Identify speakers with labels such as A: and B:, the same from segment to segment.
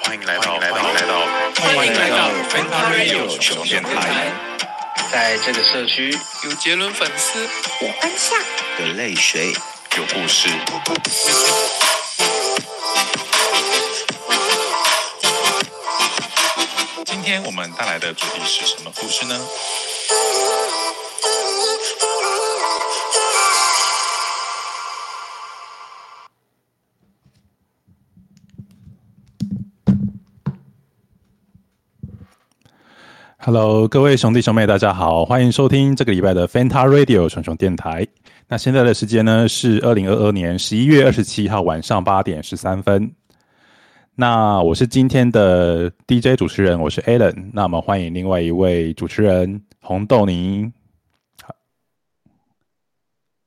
A: 欢迎来到，来到，来到，欢迎来到 Fan Radio 熊电台。
B: 在这个社区
C: 有杰伦粉丝，
D: 有分享，
E: 有泪水，
A: 有故事。今天我们带来的主题是什么故事呢？
F: Hello，各位兄弟兄妹，大家好，欢迎收听这个礼拜的 Fanta Radio 熊熊电台。那现在的时间呢是二零二二年十一月二十七号晚上八点十三分。那我是今天的 DJ 主持人，我是 Alan。那么欢迎另外一位主持人红豆泥。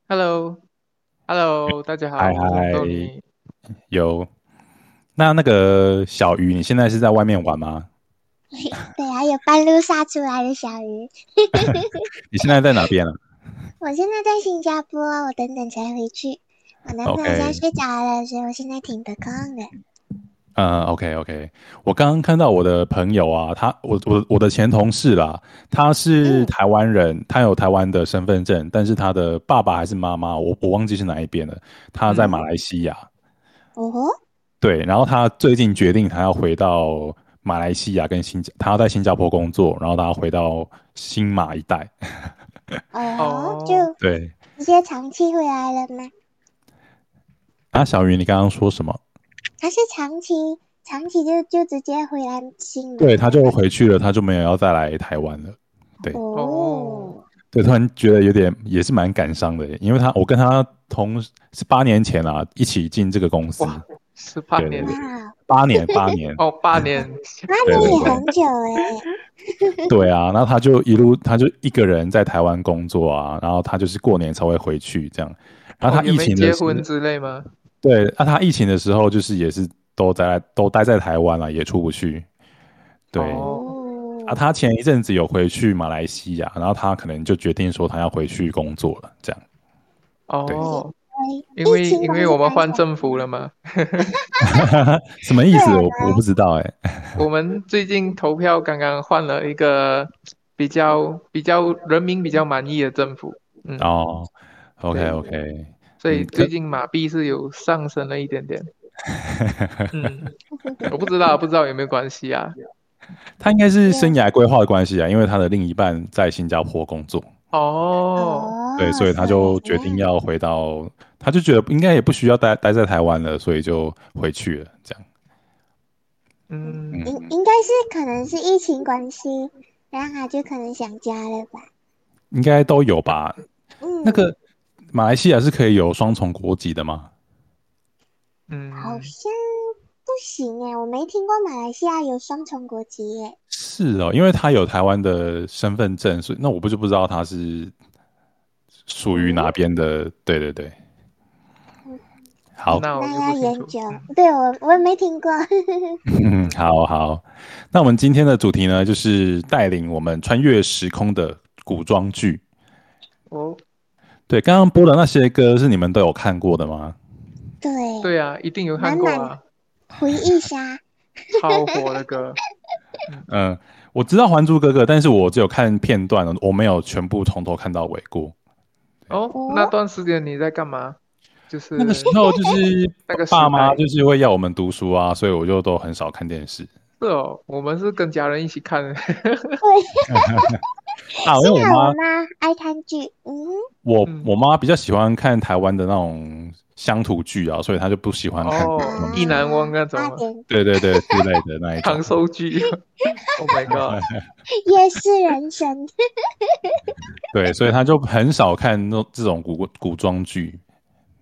C: Hello，Hello，大家好，
F: 嗨
C: 我
F: 嗨
C: 是豆泥
F: 有，那那个小鱼，你现在是在外面玩吗？
D: 对啊，有半路杀出来的小鱼。
F: 你现在在哪边啊？
D: 我现在在新加坡，我等等才回去。我男朋友
F: OK
D: 现在睡着了，所以我现在挺得空的。
F: 嗯，OK OK，我刚刚看到我的朋友啊，他我我我的前同事啦，他是
D: 嗯
F: 台湾人，他有台湾的身份证，但是他的爸爸还是妈妈，我我忘记是哪一边了，他在马来西亚，
D: 哦吼，
F: 对，然后他最近决定他要回到马来西亚跟新加，他要在新加坡工作，然后他要回到新马一带，
D: 哦
C: 哦
D: 吼，就
F: 对。
D: 直接长期回来了吗？
F: 啊，小鱼，你刚刚说什么？
D: 他是长期，长期就就直接回来新马
F: 对，他就回去了，他就没有要再来台湾了。
D: 哦，
F: 对，突然觉得有点也是蛮感伤的耶，因为他我跟他同是八年前啊一起进这个公司，
C: 哇十八
F: 对
C: 年
F: 对嗯
D: 哇，哦
F: 八年八 年，
C: 哦，八年，
D: 那
F: 对
D: 你
F: 对
D: 也
F: 对
D: 很久哎，
F: 对啊，然后他就一路他就一个人在台湾工作啊，然后他就是过年才会回去这样，然后
C: 哦
F: 他
C: 你
F: 疫
C: 没
F: 情
C: 结
F: 的时候，
C: 婚之类吗？
F: 对，那、他疫情的时候就是也是都在都待在台湾了、也出不去，对。
C: 哦
D: 哦，
F: 啊，他前一阵子有回去马来西亚，然后他可能就决定说他要回去工作了，这样。
C: 哦，
D: 对
C: 因为
D: 疫情
C: 因
D: 还
C: 为
D: 是
C: 我们
D: 开
C: 换
D: 放
C: 政府了嘛，
F: 什么意思？
D: 对啊
F: 我我不知道哎、
C: 我们最近投票刚刚换了一个比较比较人民比较满意的政府，嗯，
F: 哦，OK
C: 对
F: OK，
C: 所以
F: 嗯
C: 最近马币是有上升了一 点点，嗯，我不知道不知道有没有关系啊？
F: 他应该是生涯规划的关系啊，因为他的另一半在新加坡工作，
C: 哦，
D: 哦，
F: 对，所以他就决定要回到，他就觉得应该也不需要待待在台湾了，所以就回去了，这样。
C: 嗯，
D: 应应该是可能是疫情关系，然后他就可能想家了吧。
F: 应该都有吧？
D: 嗯，
F: 那个马来西亚是可以有双重国籍的吗？
C: 嗯，
D: 好像不行哎，我没听过马来西亚有双重国籍耶。
F: 是哦，因为他有台湾的身份证，所以那我不就不知道他是属
D: 嗯
F: 于哪边的。对对对，好，
C: 那哦我就
D: 那要
C: 不清
D: 研
C: 楚
D: 究
C: 嗯。
D: 对我我也没听过。
F: 嗯，好好。那我们今天的主题呢，就是带领我们穿越时空的古装剧。
C: 哦，
F: 对，刚刚播的那些歌是你们都有看过的吗？
D: 对，
C: 对啊，一定有看过啊，
D: 回 忆杀。
C: 超火的歌。
F: 嗯，我知道《还珠格格》，但是我只有看片段，我没有全部从头看到尾过。
C: 哦，那段时间你在干嘛？就是
F: 那个时候就是
C: 那个时代
F: 爸妈就是会要我们读书啊，所以我就都很少看电视。
C: 是哦，我们是跟家人一起看的。
F: 啊，因为
D: 幸
F: 我
D: 好
F: 妈
D: 我妈爱看剧，嗯，
F: 我
C: 哦嗯
F: 我妈比较喜欢看台湾的那种乡土剧啊，所以她就不喜欢看。
C: 哦
D: 啊，
C: 意难忘那种
D: 八
C: 啊
D: 点
F: 对对对，之类的那一种
C: 长。寿 剧。Oh my god！
D: 夜市人 生。
F: 对，所以她就很少看那这种古古装剧。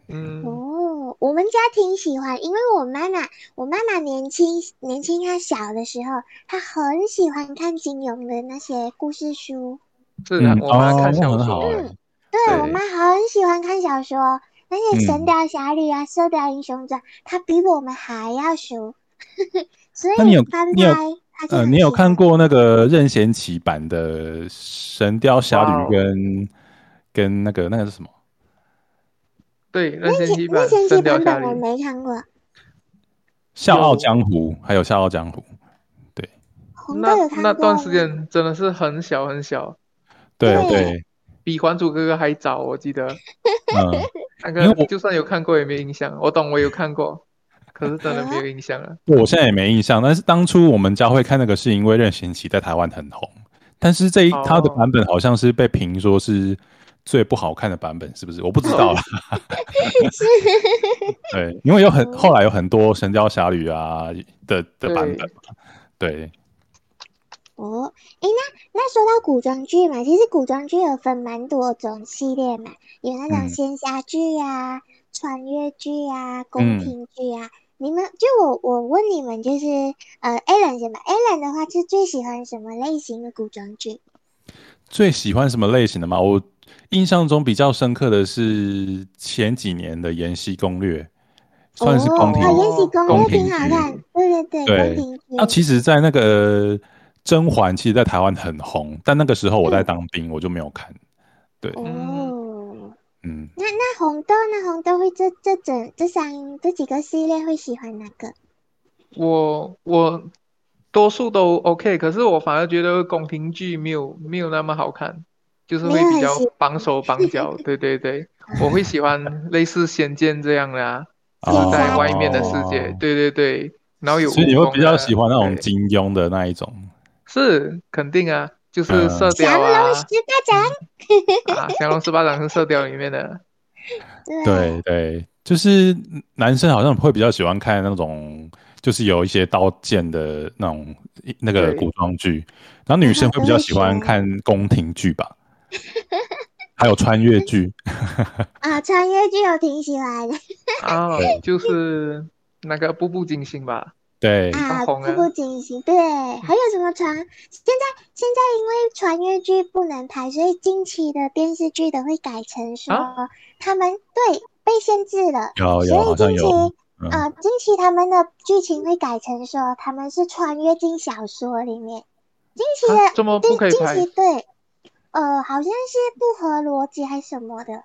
C: 嗯，
D: 哦，我们家挺喜欢，因为我妈妈，我妈妈年轻年轻，她小的时候，她很喜欢看金庸的那些故事书。
C: 是的，
F: 嗯
C: 我妈看
F: 哦那
C: 小
F: 很好
C: 说。嗯
F: 哎。
D: 对我
F: 对
D: 妈很喜欢看小说，那些《神
F: 嗯
D: 雕侠侣》啊，《射雕英雄传》，她比我们还要熟， 所
F: 那你
D: 以
F: 有
D: 翻
F: 你有
D: 拍她就
F: 呃，
D: 很
F: 你有
D: 喜
F: 看
D: 欢？
F: 过那个任贤齐版的《神雕侠侣
C: 哇哦》
F: 跟跟那个那个是什么？
C: 对，任贤齐
D: 那
C: 版《
D: 前期
C: 神雕
D: 版
C: 侠
D: 本
C: 侣
D: 我》没看过，
F: 笑傲江湖》，还有《笑傲江湖》。
D: 红豆
C: 那
D: 有看过
C: 那段时
D: 吗
C: 间真的是很小很小，
F: 对
D: 对
F: 对，
C: 比《还珠格格》还早，我记得
F: 嗯，
C: 那
F: 因
C: 个
F: 为我
C: 就算有看过也没印象。我懂，我有看过，可是真的没有啊印象了。
F: 我现在也没印象，但是当初我们家会看那个，是因为任贤齐在台湾很红，但是这一
C: 哦
F: 他的版本好像是被评说是最不好看的版本，是不是？我不知道啦。对，因为有很后来有很多《神雕侠侣》啊的的版本嘛，对，
D: 哦，诶，那那说到古装剧嘛，其实古装剧有分蛮多种系列嘛，有那
F: 嗯
D: 种仙侠剧啊、穿越剧啊、
F: 嗯
D: 宫廷剧啊。你们就我我问你们，就是呃，Alan 先吧，Alan 的话是最喜欢什么类型的古装剧？
F: 最喜欢什么类型的嘛？我印象中比较深刻的是前几年的《延禧攻略》，算是宫
D: 哦，
F: 廷
D: 啊延禧攻
F: 宫
D: 略
F: 廷
D: 挺好
F: 剧
D: 看，对对
F: 对
D: 宫廷剧。
F: 那其实，在那个甄嬛，其实，在台湾很红，但那个时候我在
D: 嗯
F: 当兵，我就没有看。
D: 哦，
F: 嗯，
D: 那红豆呢？红豆会这这整这三这几个系列会喜欢哪个？
C: 我我多数都 OK，可是我反而觉得宫廷剧没有没有那么好看，就是会
D: 没有很
C: 比较
D: 喜
C: 绑手绑脚。对对对，我会喜欢类似《仙剑》这样的啊，
D: 就哦
C: 在外面的世界。
F: 哦，
C: 对对对，然后有
F: 所以你
C: 武
F: 会
C: 功
F: 比较
C: 的
F: 喜欢那种
C: 对
F: 金庸的那一种。
C: 是肯定啊，就是
F: 嗯
C: 射
D: 降
C: 雕
D: 龙
C: 啊
D: 十八掌。
C: 啊，降龙十八掌是射雕里面的。
D: 啊
F: 对对，就是男生好像会比较喜欢看那种，就是有一些刀剑的那种那个
C: 对
F: 古装剧，然后女生会比较喜
D: 啊
F: 欢看宫廷剧吧，还有穿越剧。
D: 啊，穿越剧我挺喜欢的
C: 啊
F: 对，
C: 就是那个《步步惊心》吧？
F: 对，
D: 啊，
C: 红
D: 步
C: 啊嗯
D: 步惊心，对，还有什么穿？现在现在因为穿越剧不能拍，所以近期的电视剧都会改成说、
C: 啊
D: 他们对被限制了，
F: 哦有有好
D: 所以
F: 像
D: 近期
F: 有。嗯
D: 啊、近期他们的剧情会改成说他们是穿越进小说里面，近期的
C: 啊，这么不
D: 对，
C: 可以
D: 近
C: 拍
D: 期？对，呃，好像是不合逻辑还是什么的，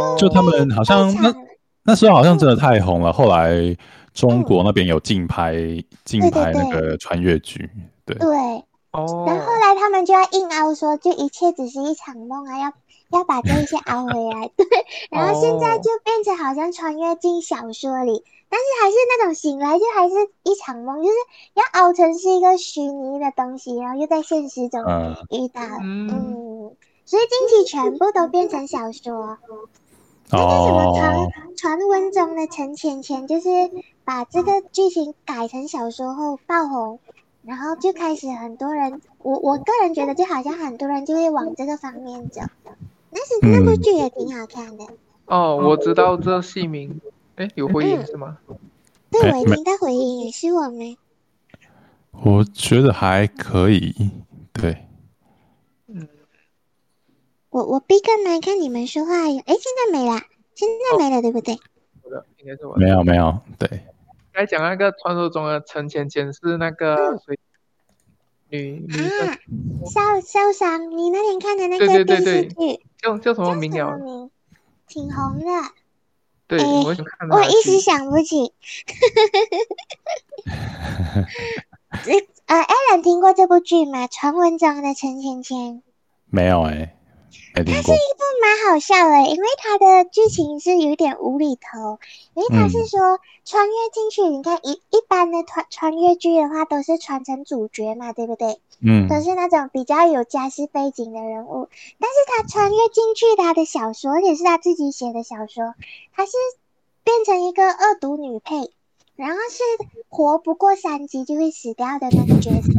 C: 哦
F: 就他们好像
D: 非
F: 那
D: 常
F: 那时候好像真的太红
D: 哦
F: 了，后来中国那边有竞拍竞拍那
D: 对
F: 个穿越剧，对
D: 对。
C: 哦，
D: 然后后来他们就要硬凹说，就一切只是一场梦啊，要要把这一切凹回来。 对，然后现在
C: 哦
D: 就变成好像穿越进小说里，但是还是那种醒来就还是一场梦，就是要凹成是一个虚拟的东西，然后又在现实中
F: 嗯
D: 遇到。
C: 嗯
D: 嗯，所以近期全部都变成小说。那个什么
F: 哦，
D: 传传闻中的陈芊芊，就是把这个剧情改成小说后爆红，然后就开始很多人，我我个人觉得就好像很多人就会往这个方面走。但是那部
F: 嗯
D: 剧也挺好看的，
C: 哦，我知道这戏名，哎，有回音
D: 嗯
C: 是吗？
D: 对我
F: 哎
D: 已
F: 没
D: 经在回应也是我们
F: 我觉得还可以，对，
C: 嗯，
D: 我我闭个麦看你们说话有，哎，现在没啦，现在没了，对不对？
C: 我的应该是我的。
F: 没有没有，对，
C: 该讲那个传说中的陈芊芊是那个谁？女女的
D: 嗯啊，笑笑伤，你那天看的那
C: 嗯对对对
D: 个电视
C: 对
D: 剧
C: 叫叫什么
D: 叫
C: 名
D: 什么
C: 了？
D: 名？挺红的，
C: 对，
D: 哎
C: 我想看
D: 我
C: 她的
D: 一时
C: 戏
D: 想不起。 这呃，艾伦听过这部剧吗？传闻中的陈芊芊，
F: 没有哎，没听过，
D: 这部蛮好笑的，因为它的剧情是有点无厘头，因为它是说穿越进去，你看一一般的穿穿越剧的话都是穿成主角嘛，对不对？
F: 嗯
D: 都是那种比较有家世背景的人物，但是他穿越进去他的小说，而且是他自己写的小说，他是变成一个恶毒女配，然后是活不过三集就会死掉的那个角色，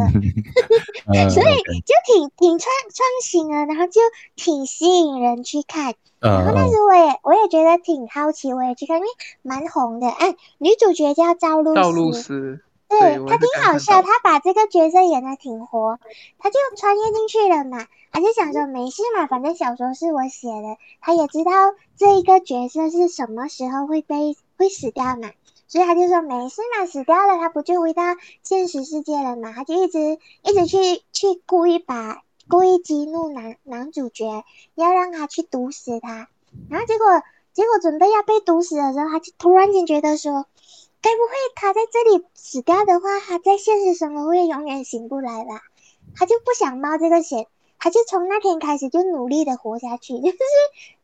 F: 嗯
D: 所以就挺挺创创新啊，然后就挺吸引人去看。然后
F: 嗯
D: 那时我也我也觉得挺好奇，我也去看，因为蛮红的。哎、女主角叫赵露
C: 赵露
D: 思
C: 思，对
D: 对
C: 我
D: 他
C: 也是
D: 挺
C: 这样
D: 好
C: 看到
D: 笑，他把这个角色演的挺活，他就穿越进去了嘛，他就想说没事嘛，反正小说是我写的，他也知道这一个角色是什么时候会被会死掉嘛，所以他就说没事嘛，死掉了他不就回到现实世界了嘛，他就一直一直去去故意把故意激怒男男主角，要让他去毒死他，然后结果结果准备要被毒死的时候，他就突然间觉得说，该不会他在这里死掉的话，他在现实生活会永远醒不来吧？他就不想冒这个险，他就从那天开始就努力的活下去， 就是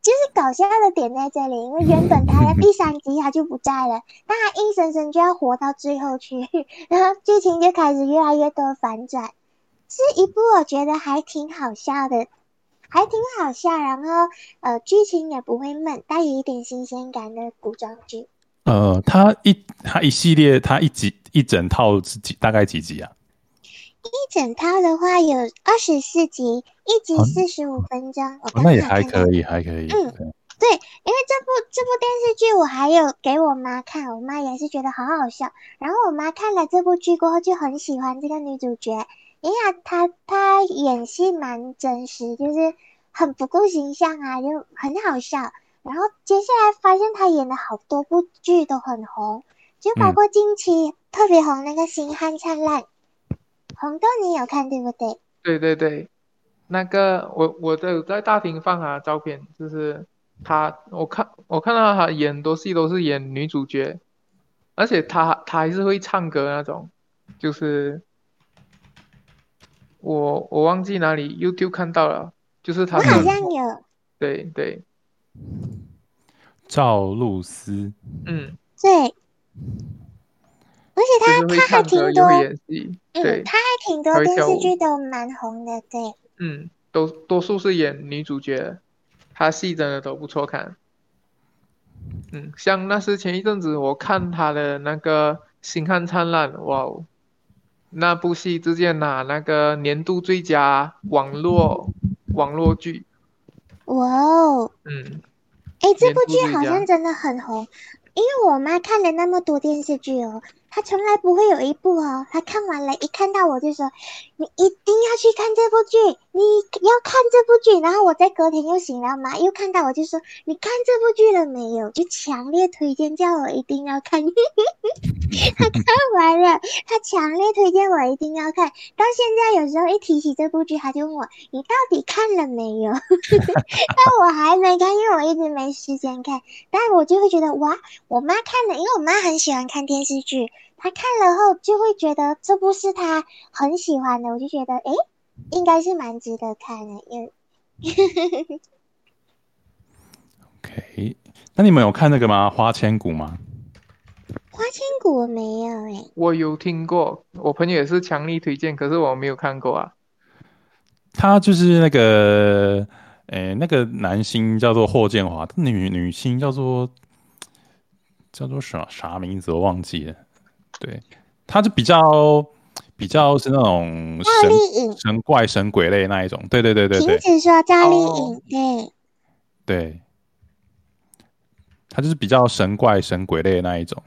D: 就是搞笑的点在这里，因为原本他在第三集他就不在了，但他硬生生就要活到最后去， 然后剧情就开始越来越多反转，是一部我觉得还挺好笑的，还挺好笑，然后呃剧情也不会闷，带有一点新鲜感的古装剧，
F: 呃，它一它一系列，它一集一整套是几大概几集啊？
D: 一整套的话有二十四集，一集
F: 哦
D: 四十五分钟，我
F: 哦
D: 刚
F: 那也
D: 好
F: 还
D: 看到
F: 可以，还可以。
D: 嗯
F: 对
D: 对，因为这部这部电视剧我还有给我妈看，我妈也是觉得好好笑。然后我妈看了这部剧过后就很喜欢这个女主角，因为啊她她她演戏蛮真实，就是很不顾形象啊，就很好笑。然后接下来发现她演的好多部剧都很红，就包
F: 嗯
D: 括近期特别红那个《星汉灿烂》，红豆你有看对不对？
C: 对对对，那个我我都有在大厅放啊照片，就是她，我看我看到她演很多戏都是演女主角，而且她她还是会唱歌那种，就是我我忘记哪里 YouTube 看到了，就是她
D: 我好
C: 唱，
D: 像有，
C: 对对，
F: 赵露思，
C: 嗯，
D: 对。而且她
C: 就是会
D: 她
C: 唱
D: 还
C: 歌
D: 挺
C: 又
D: 多
C: 会演戏，对
D: 嗯，，他还挺多
C: 还会
D: 电
C: 跳
D: 视
C: 舞
D: 剧都蛮红的，对，
C: 嗯，都多数是演女主角，她戏真的都不错看。嗯，像那时前一阵子我看她的那个《星汉灿烂》，哇哦，那部戏直接拿那个年度最佳网络网络剧。
D: 哇哦，
C: 嗯，
D: 哎，这
C: 年
D: 部
C: 度
D: 剧
C: 最
D: 好
C: 佳
D: 像真的很红，因为我妈看了那么多电视剧哦，她从来不会有一部哦，她看完了，一看到我就说，你一定要去看这部剧，你要看这部剧，然后我在隔天又醒了嘛，又看到我就说，你看这部剧了没有？就强烈推荐叫我一定要看， 她看完了，她强烈推荐我一定要看，到现在有时候一提起这部剧，她就问我，你到底看了没有？但我还没看，因为我一直没时间看。但我就会觉得哇，我妈看了，因为我妈很喜欢看电视剧，她看了后就会觉得这部是她很喜欢的，我就觉得诶，应该是蛮值得看的。因为
F: OK，那你们有看那个吗？花千骨吗？
D: 花千骨我没有诶，
C: 我有听过，我朋友也是强力推荐，可是我没有看过啊。
F: 他就是那个，诶、那个男星叫做霍建华，女女星叫做叫做什么啥名字我忘记了。对，他就比较比较是那种
D: 赵
F: 神
D: 丽颖，
F: 神怪神鬼类那一种。对对嗯对对
D: 停
F: 对
D: 止说赵丽
C: 哦
D: 颖，对，
F: 对，他就是比较神怪神鬼类那一种，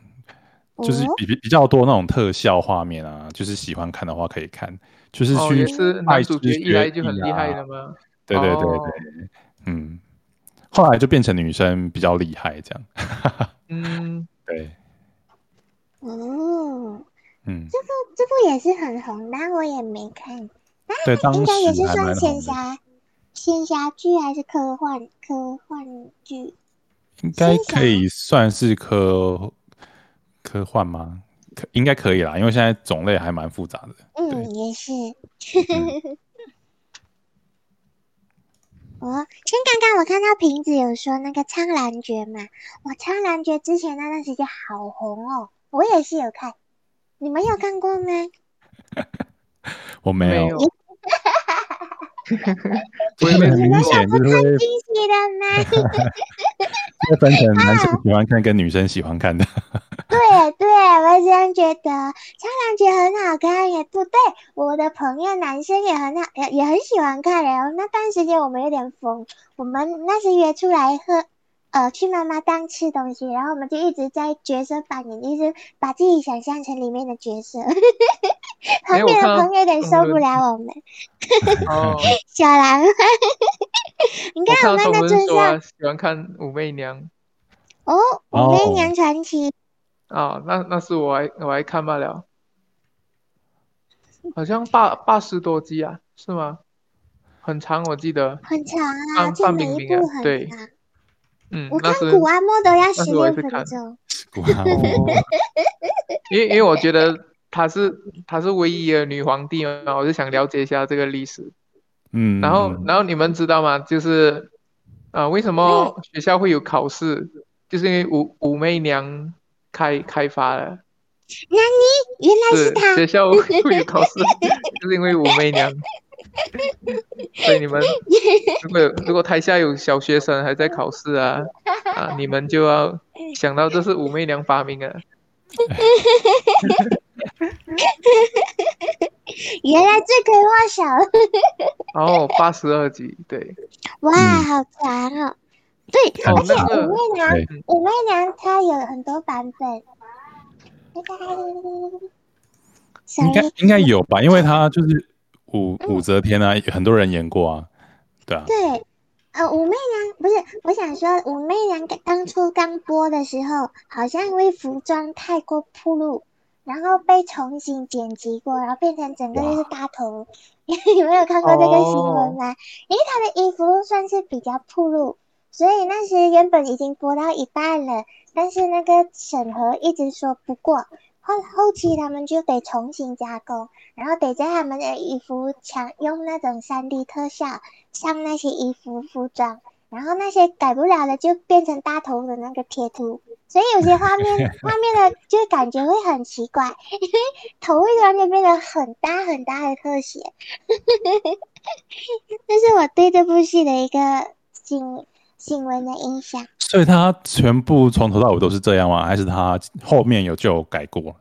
F: 就是
D: 哦
F: 比比比较多那种特效画面啊，就是喜欢看的话可以看，就是
C: 哦，
F: 去
C: 也是
F: 拜
C: 男主
F: 师
C: 角一来
F: 学
C: 就很
F: 艺
C: 厉害
F: 啊
C: 的嘛。
F: 对对对对，
C: 哦
F: 嗯，后来就变成女生比较厉害这样。
C: 嗯，
F: 对，
D: 哦，
F: 嗯，
D: 这部也是很红，但我也没看，
F: 对，当
D: 应该也是
F: 时还
D: 算
F: 蛮
D: 仙
F: 红的，
D: 侠。仙侠剧还是科幻科幻剧？
F: 应该可以算是科科幻吗？可应该可以啦，因为现在种类还蛮复杂的。对
D: 嗯，也是。 我先刚刚我看到瓶子有说那个苍兰诀嘛，哇，苍兰诀之前那段时间好红哦，我也是有看，你们有看过吗？
F: 我没有，
C: 有，
F: 我也
C: 没有
F: 很明
C: 看过
F: 显就是会
D: 惊喜的吗？
F: 会分成男生喜欢看跟女生喜欢看的。
D: 对对，我也这样觉得，苍兰诀很好看也不对，我的朋友男生也很好，也也很喜欢看然后那段时间我们有点疯，我们那时约出来喝，呃，去妈妈档吃东西，然后我们就一直在角色扮演，一直把自己想象成里面的角色。 旁
C: 哎我
D: 边
C: 看嗯
D: 的
C: 到
D: 朋友有点受不了我们，
C: 哦，
D: 小兰，你
C: 我
D: 看我
C: 看到
D: 们
C: 同
D: 的尊
C: 人说
D: 上
C: 啊，喜欢看武媚娘。
D: 哦，武媚娘传奇，
C: 啊，那那是我还我还看罢了，好像八八十多集啊，是吗？很长，我记得。
D: 很长啊，
C: 范
D: 就
C: 范
D: 每
C: 冰
D: 一
C: 冰啊
D: 部很
C: 对
D: 长。
C: 嗯
D: 我，
C: 那
D: 看啊
C: 时
D: 古阿莫都要
C: 那
D: 十
C: 时我
D: 六
C: 也是
D: 分
C: 看
D: 钟，
F: 哇哦，
C: 因为因为我觉得她是她是唯一的女皇帝嘛，我就想了解一下这个历史。
F: 嗯，
C: 然后
F: 嗯
C: 然后你们知道吗？就是啊、呃为什
D: 嗯
C: 么学校会有考试？就是因为武武媚娘开开发了，
D: 原来
C: 是
D: 是他。
C: 学校会有考试， 就是因为武媚 娘。所以你们如果有如果台下有小学生还在考试啊啊，你们就要想到这是武媚娘发明的。啊
D: 原来罪魁祸首，
C: 哦，八十二集，对，
D: 哇，
F: 嗯
D: 好长哦！对，
C: 哦
D: 而且
C: 那个
D: 武媚娘
F: 对，
D: 武媚娘她有很多版本。
F: 应该
D: Sorry
F: 应该有吧，因为他就是武武则天啊，很多人演过啊，对啊，
D: 对，呃，武媚娘不是，我想说，武媚娘刚当初刚播的时候，好像因为服装太过暴露，然后被重新剪辑过，然后变成整个就是大头。你 们有看过这个新闻吗？因为她的衣服算是比较暴露，所以那时原本已经播到一半了，但是那个审核一直说不过，后后期他们就得重新加工，然后得在他们的衣服强用那种三 D 特效上那些衣服服装，然后那些改不了的就变成大头的那个贴图，所以有些画面画面的就感觉会很奇怪，因为头会突然间变得很大很大的特写，这是我对这部戏的一个新新闻的印象。
F: 所以他全部从头到尾都是这样吗？还是他后面有就有改过？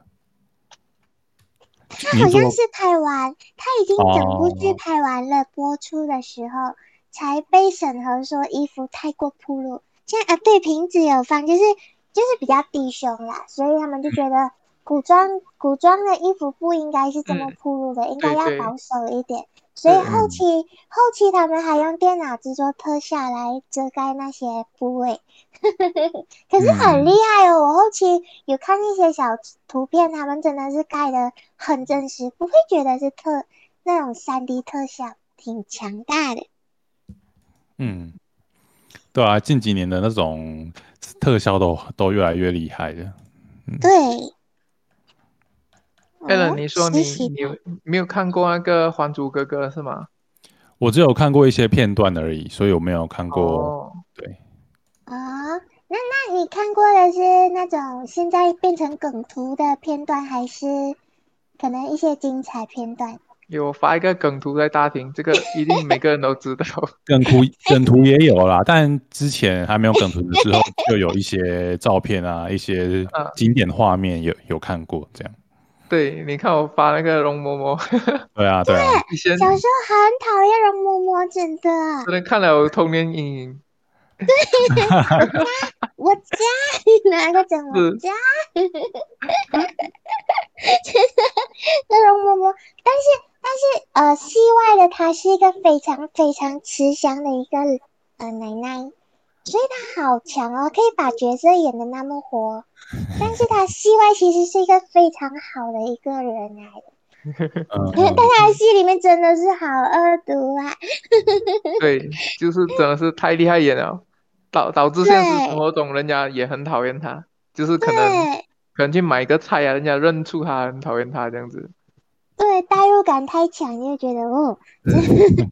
D: 他好像是拍完，他已经整部剧
F: 哦
D: 拍完了，播出的时候才被审核说衣服太过暴露。像啊，对，瓶子有放，就是就是比较低胸啦，所以他们就觉得古装古装的衣服不应该是这么
C: 嗯
D: 暴露的，应
C: 对
D: 该要
C: 对
D: 保守一点。所以
C: 对
D: 后
F: 嗯
D: 期后期他们还用电脑制作特效来遮盖那些部位，可是很厉
C: 嗯
D: 害哦！我后期有看一些小图片，他们真的是盖的很真实，不会觉得是特那种三 D 特效，挺强大的。
F: 嗯，对啊，近几年的那种特效都都越来越厉害了。
D: 对。
C: 艾嗯伦，
D: 哦
C: 你说
D: 谢
C: 你
D: 谢
C: 你有没有看过那个《还珠格格》是吗？
F: 我只有看过一些片段而已，所以我没有看过。
C: 哦，
F: 对，
D: 哦，那那你看过的是那种现在变成梗图的片段，还是可能一些精彩片段？
C: 有发一个梗图在大厅，这个一定每个人都知道。
F: 梗图
D: 哎
F: 梗图也有啦，但之前还没有梗图的时候，就有一些照片啊，一些
C: 嗯
F: 经典画面有有看过这样。
C: 对，你看我发那个容嬷嬷，
F: 对啊，对啊，
C: 以前
D: 小时候很讨厌容嬷嬷，真的。啊
C: 真的看了有童年阴影。
D: 我家拿个整我
C: 是
D: 家， 那容嬷嬷，但是但是呃，戏外的她是一个非常非常慈祥的一个呃奶奶，所以她好强哦，可以把角色演的那么活，但是她戏外其实是一个非常好的一个人来的，
F: 嗯，
D: 但她在戏里面真的是好恶毒啊，
C: 对，就是真的是太厉害演了，导导致现实生活中人家也很讨厌他，就是可能
D: 对。
C: 可能去买个菜啊，人家认出他很讨厌他这样子。
D: 对，代入感太强，就觉得哦。真的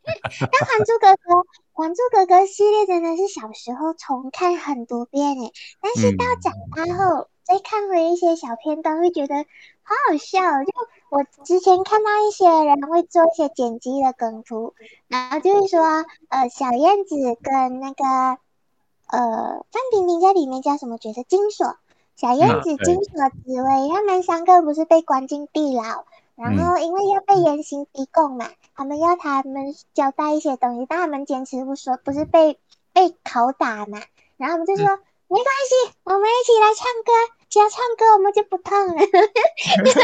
D: 但《还珠格格》《还珠格格》系列真的是小时候重看很多遍诶，但是到
F: 嗯
D: 长大后、再看回一些小片段，会觉得好好笑哦。就我之前看到一些人会做一些剪辑的梗图，然后就是说，呃，小燕子跟那个呃范冰冰在里面叫什么角色？金锁。小燕
C: 嗯
D: 子、
F: 啊对
D: 金锁、紫薇，他们三个不是被关进地牢，然后因为要被严刑逼供嘛，他们要他们交代一些东西，但他们坚持不说，不是被被拷打嘛，然后我们就说、没关系，我们一起来唱歌，只要唱歌我们就不痛了。那个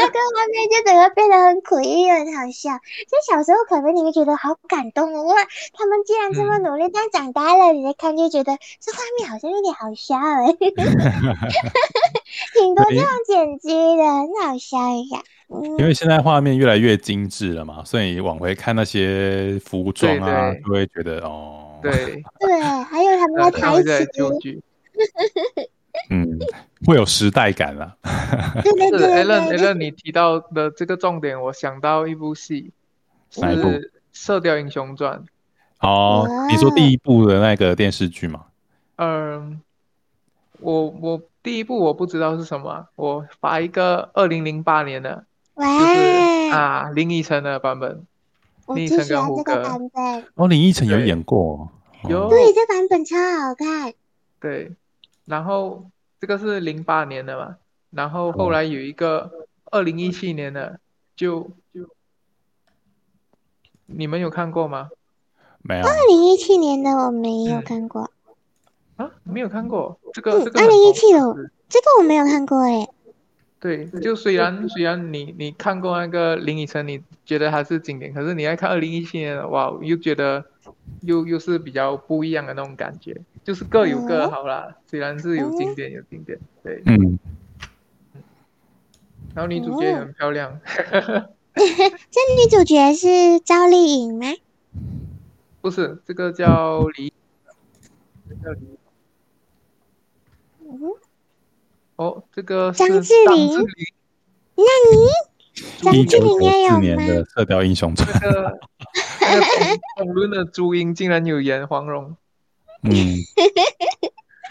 D: 画面就整个变得很诡异，很好笑。就小时候可能你会觉得好感动哦，哇，他们竟然这么努力，但长欸大了你再看就觉得这画面好像有点好笑哎、有情都
F: 对
D: 这样剪辑的，很好笑一下。
F: 因
D: 嗯，
F: 为现在画面越来越精致了嘛，所以往回看那些服装啊，
C: 对对
F: 就会觉得哦，，
C: 对，
D: 对，还有他们 的
C: 然后
D: 台
C: 啊会
D: 词
C: 在，纠结。
F: 嗯，会有时代感啦。
D: 对对
C: 是
D: 对
C: a
D: 对
C: l a n a l a
D: 对对
C: n 你提到的这个重点，我想到一部戏，是
F: 哪一部
C: 《射雕英雄传》。
F: 哦，你说第一部的那个电视剧嘛？
C: 嗯，我我第一部我不知道是什么啊，我发一个二零零八年的，就是
D: 哇，
C: 啊林依晨的版本，
D: 哎我
C: 逆
D: 最
C: 乘
D: 喜
C: 跟
D: 欢
C: 胡
D: 这个
C: 歌
D: 版本，
F: 哦，林依晨有演过哦，
C: 有
F: 哦
D: 对，这版本超好看。
C: 对，然后这个是零八年的嘛，然后后来有一个二零一七年的，就就你们有看过吗？
F: 没有？
D: 二零一七年的我没有
C: 嗯
D: 看过，
C: 啊，没有看过，这个
D: 嗯
C: 这个很嗯红
D: 2017的
C: 是
D: 这个我没有看过诶。
C: 对，就虽然虽然你你看过那个林依晨，你觉得它是经典，可是你在看二零一七年的，哇，又觉得又又是比较不一样的那种感觉，就是各有各好啦。虽然是有经典有经典，对，
F: 嗯，
C: 然后女主角也很漂亮，
D: 这女主角是赵丽颖吗？
C: 不是这个叫李，这个叫李
D: 嗯，
C: 哦，这个
D: 张
C: 是
D: 智霖
C: 张智霖，
D: 那你张
F: 一
D: 智
F: 九
D: 霖也
F: 九
D: 有
F: 四年的
D: 吗？
F: 《射雕英雄传》，
C: 这个那个董董伦的朱茵竟然有演黄蓉，
F: 嗯，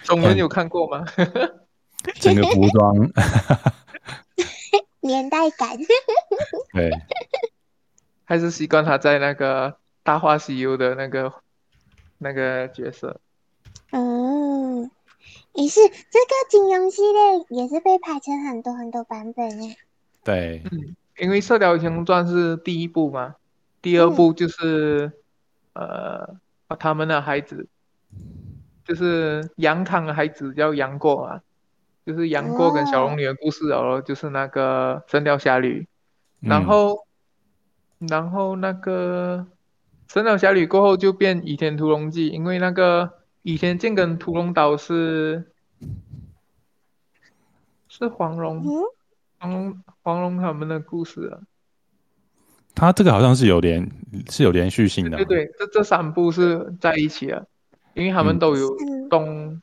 C: 董伦有看过吗？
F: 整个服装，
D: 年代感，
F: 对，
C: 还是习惯他在那个《大话西游》的那个那个角色。
D: 嗯，也是这个金庸系列也是被拍成很多很多版本诶。
F: 对，
C: 因为《射雕英雄传》是第一部嘛，第二部就是、呃他们的孩子，就是杨康的孩子叫杨过嘛，就是杨过跟小龙女的故事哦，就是那个《神雕侠侣》，然
F: 嗯
C: 后然后那个《神雕侠侣》过后就变《倚天屠龙记》，因为那个《倚天剑》跟《屠龙刀》是是黄蓉。
D: 嗯，
C: 黄蓉黄蓉他们的故事啊，
F: 它这个好像是有连是有连续性的
C: 对
F: 嘛，
C: 对，这这三部是在一起的，因为他们都有
D: 嗯
C: 东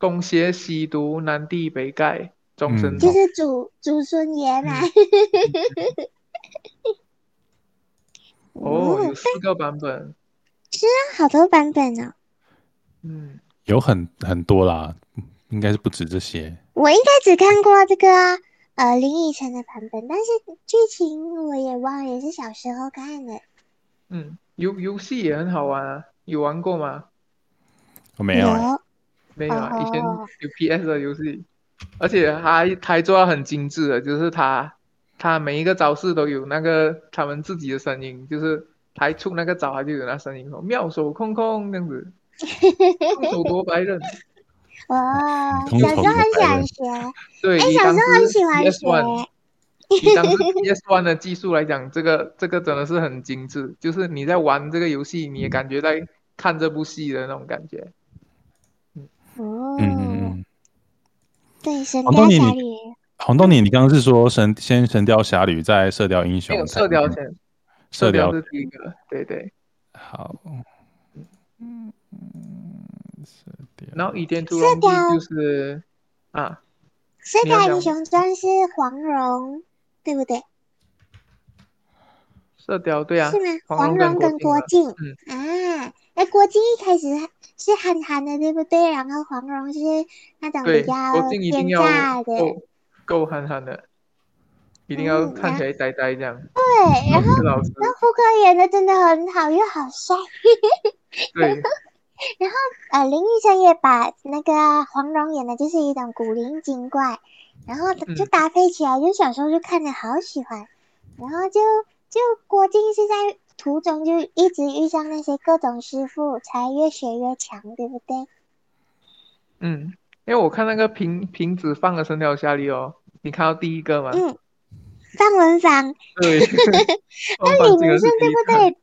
C: 东邪西毒南帝北丐终身
F: 嗯
C: 同
D: 就是祖祖孙爷嘛。
C: 哦，有
D: 嗯，
C: 四个版本，
D: 好多版本哦。
C: 嗯，
F: 有很很多啦，应该是不止这些。
D: 我应该只看过这个呃林依晨的版本，但是剧情我也忘了，也是小时候看的。
C: 嗯，游游戏也很好玩啊，有玩过吗？
F: 我没有、欸，
D: 有
C: 没有啊，以前
D: 哦
C: 有 PS 的游戏，而且还还做到很精致的，就是它它每一个招式都有那个他们自己的声音，就是它一出那个招，它就有那声音说妙手空空这样子，空手夺白刃。
D: 哇，
F: 通
D: 哦小时候
F: 常
D: 很
F: 的白人
D: 想学，
C: 对，
D: 哎、
C: 以
D: 小时
C: 当时
D: 候很喜欢
C: PS
D: 学，
C: One，以当时 PS One 的技术来讲，这个这个真的是很精致，就是你在玩这个游戏，你也感觉在看这部戏的那种感觉。
D: 哦，
F: 嗯嗯嗯。
D: 对，神
F: 黄
D: 雕
F: 东尼
D: 侠
F: 你
D: 侣，
F: 红豆你你刚刚是说神先《神雕侠侣》，再《射雕英雄
C: 没有》，
F: 再
C: 射雕先，
F: 射雕
C: 是第一个，对对。
F: 好，嗯，射雕
C: 然后《倚天屠龙记》就是啊，
D: 《射
C: 你要
D: 雕英
C: 讲
D: 雄传》是黄蓉，对不对？
C: 射雕对啊
D: 是，吗？
C: 黄
D: 黄
C: 蓉
D: 蓉
C: 跟
D: 跟
C: 郭嗯
D: 郭靖啊，那郭靖一开始是憨憨的，对不对？然后黄蓉是那种
C: 对，
D: 比较
C: 郭靖一
D: 奸
C: 定要哦
D: 诈的，
C: 够够憨憨的，一定要
D: 嗯
C: 看起来呆呆这样。
D: 对。然后
C: 是老师，
D: 那胡歌演的真的很好，又好帅。
C: 对
D: 呃，林依晨也把那个黄蓉演的就是一种古灵精怪，然后就
C: 嗯
D: 搭配起来，就小时候就看着好喜欢，然后就就郭靖是在途中就一直遇上那些各种师傅，才越学越强，对不对？
C: 嗯，因为我看那个瓶瓶子放了《神雕侠侣》哦，你看到第一个吗？
D: 嗯，范文芳，
C: 对，
D: 那
C: 那
D: 李明顺对
C: 对
D: 不？对？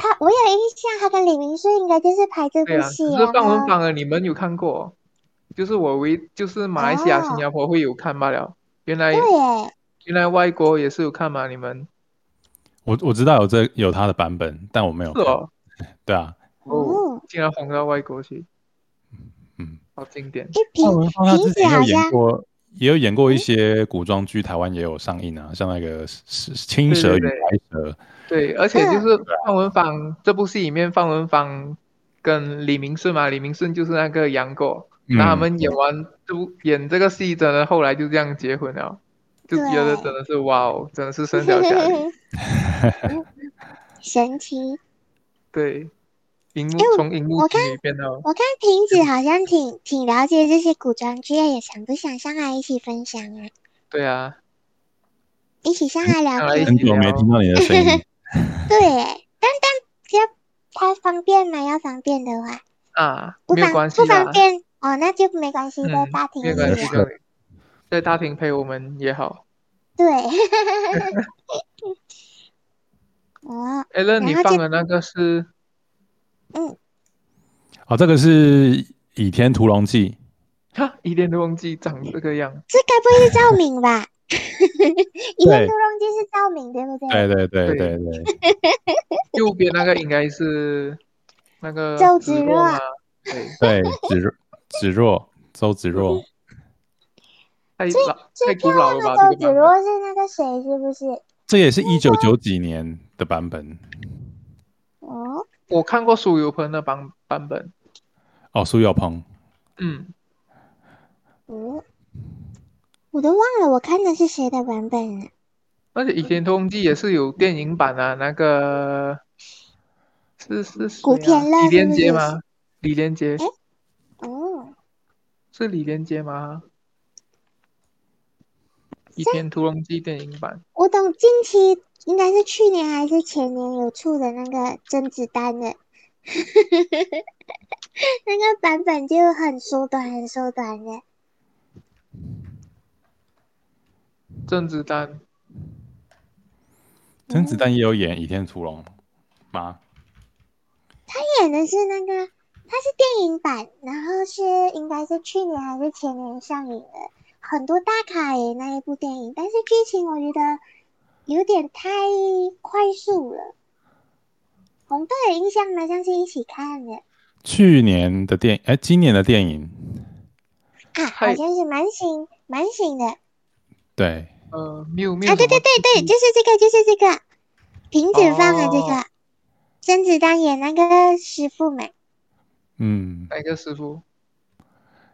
D: 他我有印象，他跟李明顺应该就是拍这
C: 对
D: 部
C: 啊，
D: 戏
C: 只，是
D: 然
C: 范文
D: 后
C: 芳啊，你们有看过哦？就是我唯就是马来西亚、
D: 哦
C: 新加坡会有看罢了。原来
D: 对耶，
C: 原来外国也是有看嘛？你们
F: 我我知道有这有他的版本，但我没有
C: 是
F: 看。
C: 哦，
F: 对啊，
C: 哦，
D: 哦，
C: 竟然红到外国去，
F: 嗯，
C: 好经典。
D: 哎，
F: 那
D: 平
F: 文芳他之
D: 瓶子
F: 前也有
D: 好
F: 演
D: 像
F: 过，也有演过一些古装剧，台湾也有上映啊，像那个《是是青蛇与
C: 对对
F: 白蛇》，
C: 对，而且就
D: 嗯
C: 是范文芳这部戏里面，范文芳跟李明顺嘛，李明顺就是那个杨过，那他
F: 嗯
C: 们演完这部演这个戏，真的后来就这样结婚了，就觉得
D: 对
C: 真的是哇哦，真的是生小侠
D: 啊
C: 侣。
D: 神奇。
C: 对，荧幕
D: 哎我
C: 从荧幕
D: 我
C: 剧里哦变到
D: 我看瓶子好像挺挺了解这些古装剧，啊也想不想上来一起分享啊？
C: 对啊，
D: 一起上来聊
C: 嗯上来一
D: 天
C: 起，
F: 很久没听到你的声音。
D: 对耶，但但要他方便吗？要方便的话，
C: 啊，
D: 不
C: 没有
D: 方
C: 关系
D: 不
C: 啦
D: 方，便哦，那就没关系，在
C: 嗯
D: 大厅
C: 没
D: 一
C: 有
D: 起
C: 关系
D: 聊。
F: 聊
C: 的，在大厅陪我们也好。
D: 对， 哦，
C: 艾伦，你
D: 然后
C: 放
D: 这
C: 的那个是
F: 哦，这个是《倚天屠龙记
C: 哈，一点都忘记长这个样。
D: 这该不会是赵敏吧？ 倚
F: 对
D: 天屠龙记是赵敏对不》，对？
F: 对对对
C: 对
F: 对对，
C: 右边那个应该是那个
D: 周
C: 芷
D: 芷
C: 若
D: 若
C: 吗？对，
F: 对芷若芷若周芷若，
C: 太
D: 最
C: 老太
D: 最
C: 古
D: 漂
C: 老了
D: 亮的
C: 吧？
D: 周
C: 这
D: 芷
C: 个版
D: 若是那个谁？是不是？
F: 这也是一九九几年的版本
D: 哦，
C: 本我看过苏有朋的版版本，
F: 哦，苏有朋。
C: 嗯，
D: 嗯，我都忘了我看的是谁的版本了。
C: 而且《倚天屠龙记》也是有电影版啊，那个是是谁啊
D: 古天乐
C: 李连杰
D: 是不是
C: 吗？李连杰
D: 哎哦，
C: 是李连杰吗？《倚天屠龙记》电影版，
D: 我懂，近期应该是去年还是前年有出的那个甄子丹的， 那个版本就很缩短，很缩短的。
C: 甄子丹
F: 甄子
D: 哦
F: 丹也有演《倚天屠龙》吗？
D: 演的是那个，它是电影版，然后是应该是去年还是前年上映的，很多大咖耶那一部电影，但是剧情我觉得有点太快速了。红豆有印象吗？上次一起看的
F: 去年的电影，哎，今年的电影，
D: 啊，
C: 嗨
D: 好像是蛮醒蛮醒的啊，
F: 对，
C: 呃，没有没有
D: 对对对对，就是这个就是这个，瓶子放的这
C: 哦
D: 个，甄子丹演那个师傅嘛，
F: 嗯，
C: 哪个师傅？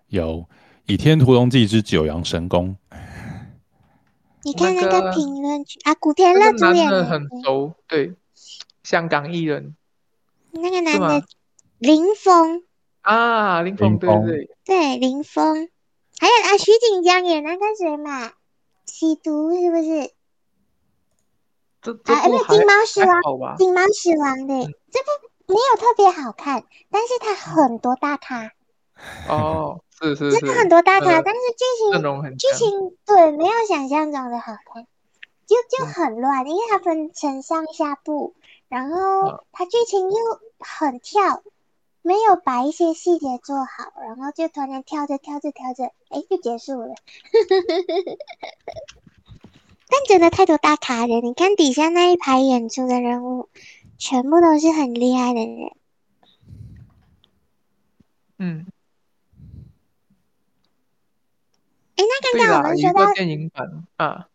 F: 有《倚天屠龙记之九阳神功
D: 你看那
C: 那
D: 个
C: 个
D: 评论区啊，古天
C: 那
D: 乐主
C: 个
D: 演
C: 男的
D: 的。
C: 很
D: 嗯
C: 熟，对，香港艺人
D: 那个
C: 是
D: 男
C: 吗
D: 的林峰，
C: 啊，林峰，
F: 林
C: 对对
F: 峰
C: 对，
D: 对林峰，还有啊徐锦江演那个谁嘛，吸毒是不是？
C: 这这
D: 啊，呃
C: 部
D: 不是
C: 还
D: 金毛狮
C: 还
D: 王，
C: 好吧？
D: 金毛狮王的这部没有特别好看，但是它很多大咖，
C: 哦，是是呃
D: 真
C: 是
D: 的，很多大
C: 那
D: 咖，
C: 个
D: 但是
C: 阵
D: 剧情
C: 容很
D: 剧
C: 强。
D: 情对没有想象中的好看，就就
C: 嗯
D: 很乱，因为它分成上下部，然
C: 啊
D: 后它剧情又很跳，没有把一些细节做好，然后就突然跳着跳着跳着，哎，就结束了。 但真的太多大咖人，你看底下那一排演出的人物，全部都是很厉害的人。
C: 嗯，
D: 哎，那
C: 对
D: 刚刚我
C: 啦，
D: 们
C: 有
D: 说
C: 一
D: 到
C: 个，电影版啊，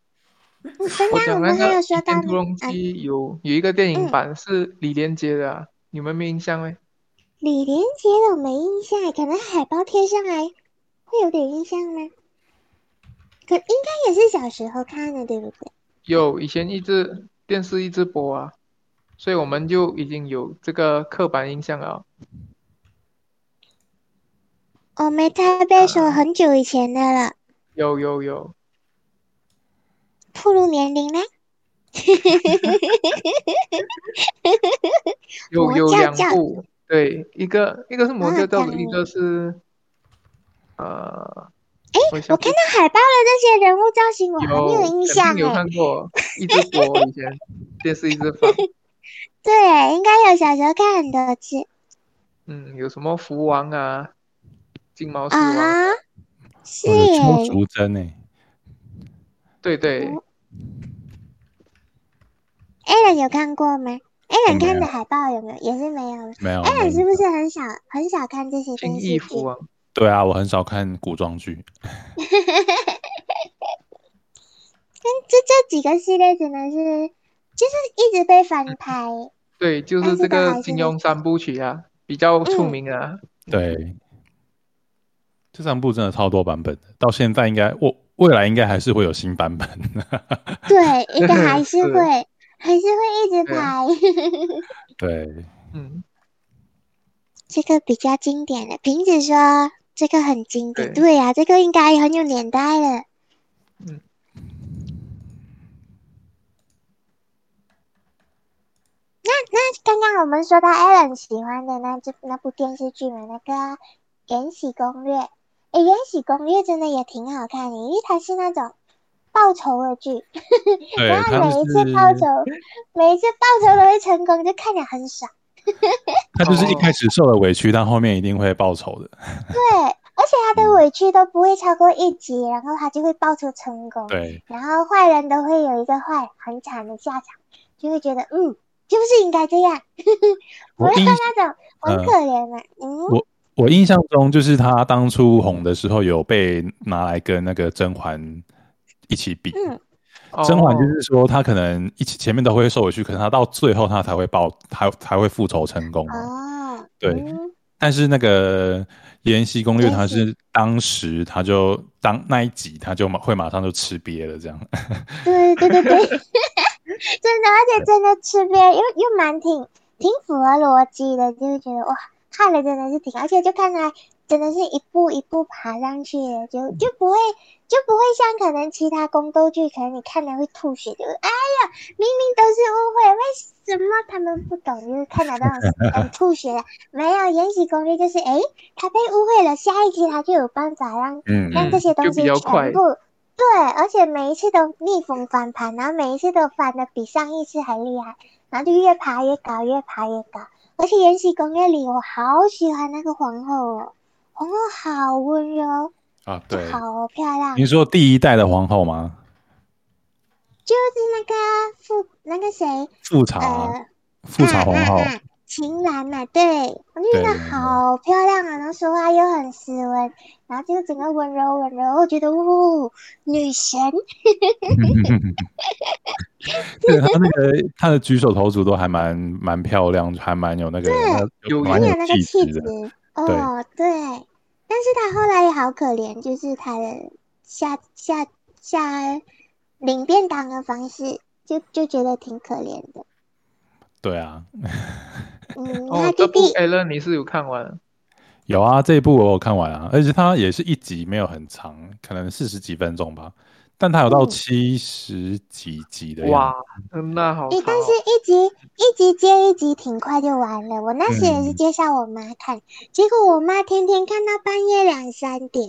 D: 嗯
C: 我
D: 刚刚我
C: 讲那
D: 们还
C: 个
D: 有
C: 《
D: 说
C: 倚
D: 到
C: 天屠龙
D: 啊
C: 记》有有一个电影
D: 嗯
C: 版是李连杰的啊，你们没印象没？
D: 李连杰的我没印象，可能海报贴上来会有点印象吗？可应该也是小时候看的，对不对？
C: 有，以前一直电视一直播啊，所以我们就已经有这个刻板印象了。
D: 哦，没太被说很久以前的了，
C: 有有有，
D: 暴露年龄啦。
C: 有
D: 魔
C: 有
D: 教
C: 两
D: 教
C: 部，对，一个一个是魔
D: 啊
C: 教教
D: 教
C: 主，一
D: 主
C: 个是呃，我
D: 我
C: 想
D: 看到海报的那些人物造型，我还没有
C: 有
D: 印
C: 肯
D: 象
C: 定有
D: 哎。
C: 看过，一直播以前电视一直放。
D: 对，应该有小时候看很多次。
C: 嗯，有什么福王啊，金毛狮王，
D: 啊，是哦
F: 我的邱
D: 耶，
F: 淑贞欸诶，
C: 对对，
D: 哦 a l n 有看过吗 a l
F: 我
D: n
F: 没
D: 看
F: 有
D: 的海报有没有？也是没有。
F: 没有，
D: a
F: 没有
D: l n 哎是不是很少很少看这些
C: 金
D: 电视
C: 翼
D: 剧？
C: 蝠王，
F: 对啊，我很少看古装剧，
D: 这这几个系列真的是就是一直被翻拍。
C: 对，就
D: 但
C: 是
D: 是
C: 这
D: 它
C: 个
D: 还
C: 金
D: 是
C: 庸三部曲啊，比较出
D: 嗯
C: 名啊。
F: 对，这三部真的超多版本的，到现在应该我未来应该还是会有新版本，
D: 对，应该还是
C: 是
D: 会还是会一直
C: 对
D: 拍。
F: 对，
C: 嗯，
D: 这个比较经典的，瓶子说这个很经典。
C: 对
D: 对呀、这个应该很有年代了。
F: 嗯
D: 刚刚我们说到 Alan 喜欢的那这那部电视剧嘛，那个《延禧攻略》。诶，《延禧攻略》真的也挺好看的，因为它是那种报仇的剧，
F: 对，
D: 然后
F: 它
D: 每一
F: 就
D: 次
F: 是
D: 报仇，每一次报仇都会成功，就看着很爽。
F: 他就是一开始受了委屈，但后面一定会报仇的，
D: 对，而且他的委屈都不会超过一集，然后他就会报仇成功。
F: 对，
D: 然后坏人都会有一个坏很惨的下场，就会觉得嗯，就是应该这样，不
F: 我
D: 会
F: 印
D: 像那种很
F: 嗯
D: 可怜的，嗯，
F: 我印象中，就是他当初红的时候，有被拿来跟那个甄嬛一起比。
D: 嗯
F: 甄嬛
C: 哦
F: 就是说，她可能一起前面都会受委屈，可是她到最后她才会报，她才会复仇成功啊。
D: 哦，
F: 对
D: 嗯
F: 但是那个《延禧攻略》，她是当时她就当那一集，她就马会马上就吃瘪了， 这样。
D: 对对对对 对，真的，而且真的吃瘪，又又蛮挺挺符合逻辑的，就会觉得哇，看了真的是挺，而且就看来真的是一步一步爬上去的，就就不会就不会像可能其他宫斗剧，可能你看了会吐血，就是哎呀，明明都是误会，为什么他们不懂？就是看到那种很吐血的，没有《延禧攻略》就是哎，他被误会了，下一集他就有办法让
F: 嗯
D: 让这些东
C: 就
D: 西
C: 比较
D: 全
C: 快
D: 部对，而且每一次都逆风翻盘，然后每一次都翻的比上一次还厉害，然后就越爬越高，越爬越高。而且《延禧攻略》里，我好喜欢那个皇后哦，皇后好温柔，
F: 啊，
D: 就
F: 对。
D: 好漂亮，
F: 您说第一代的皇后吗？
D: 就是那个富那个谁，
F: 富察，
D: 呃，
F: 啊富察皇后
D: 啊，啊啊秦岚呐、对我就觉得
F: 对
D: 好漂亮啊，然后说话又很斯文，然后就整个温柔温柔，我觉得呜、女神。
F: 对她那个她的举手投足都还蛮蛮漂亮，还蛮有那个
C: 有
F: 蛮
D: 很
F: 有
D: 有那个
F: 质
D: 气
F: 的
D: 质。。哦，对。但是他后来也好可怜，就是他的下下下领便当的方式，就就觉得挺可怜的。
F: 对啊，
D: 嗯，他
C: 哦，
D: 弟
C: 这部
D: 弟
C: a l n 你是有看完的？
F: 有啊，这一部我有看完啊，而且它也是一集没有很长，可能四十几分钟吧，但它有到
D: 嗯
F: 七十几集的样
C: 哇
F: 子。，
C: 嗯那好
D: 诶，
C: 长
D: 但
C: 哦
D: 是一集一集接一集，挺快就完了。我那时也是
F: 嗯
D: 介绍我妈看，结果我妈天天看到半夜两三点。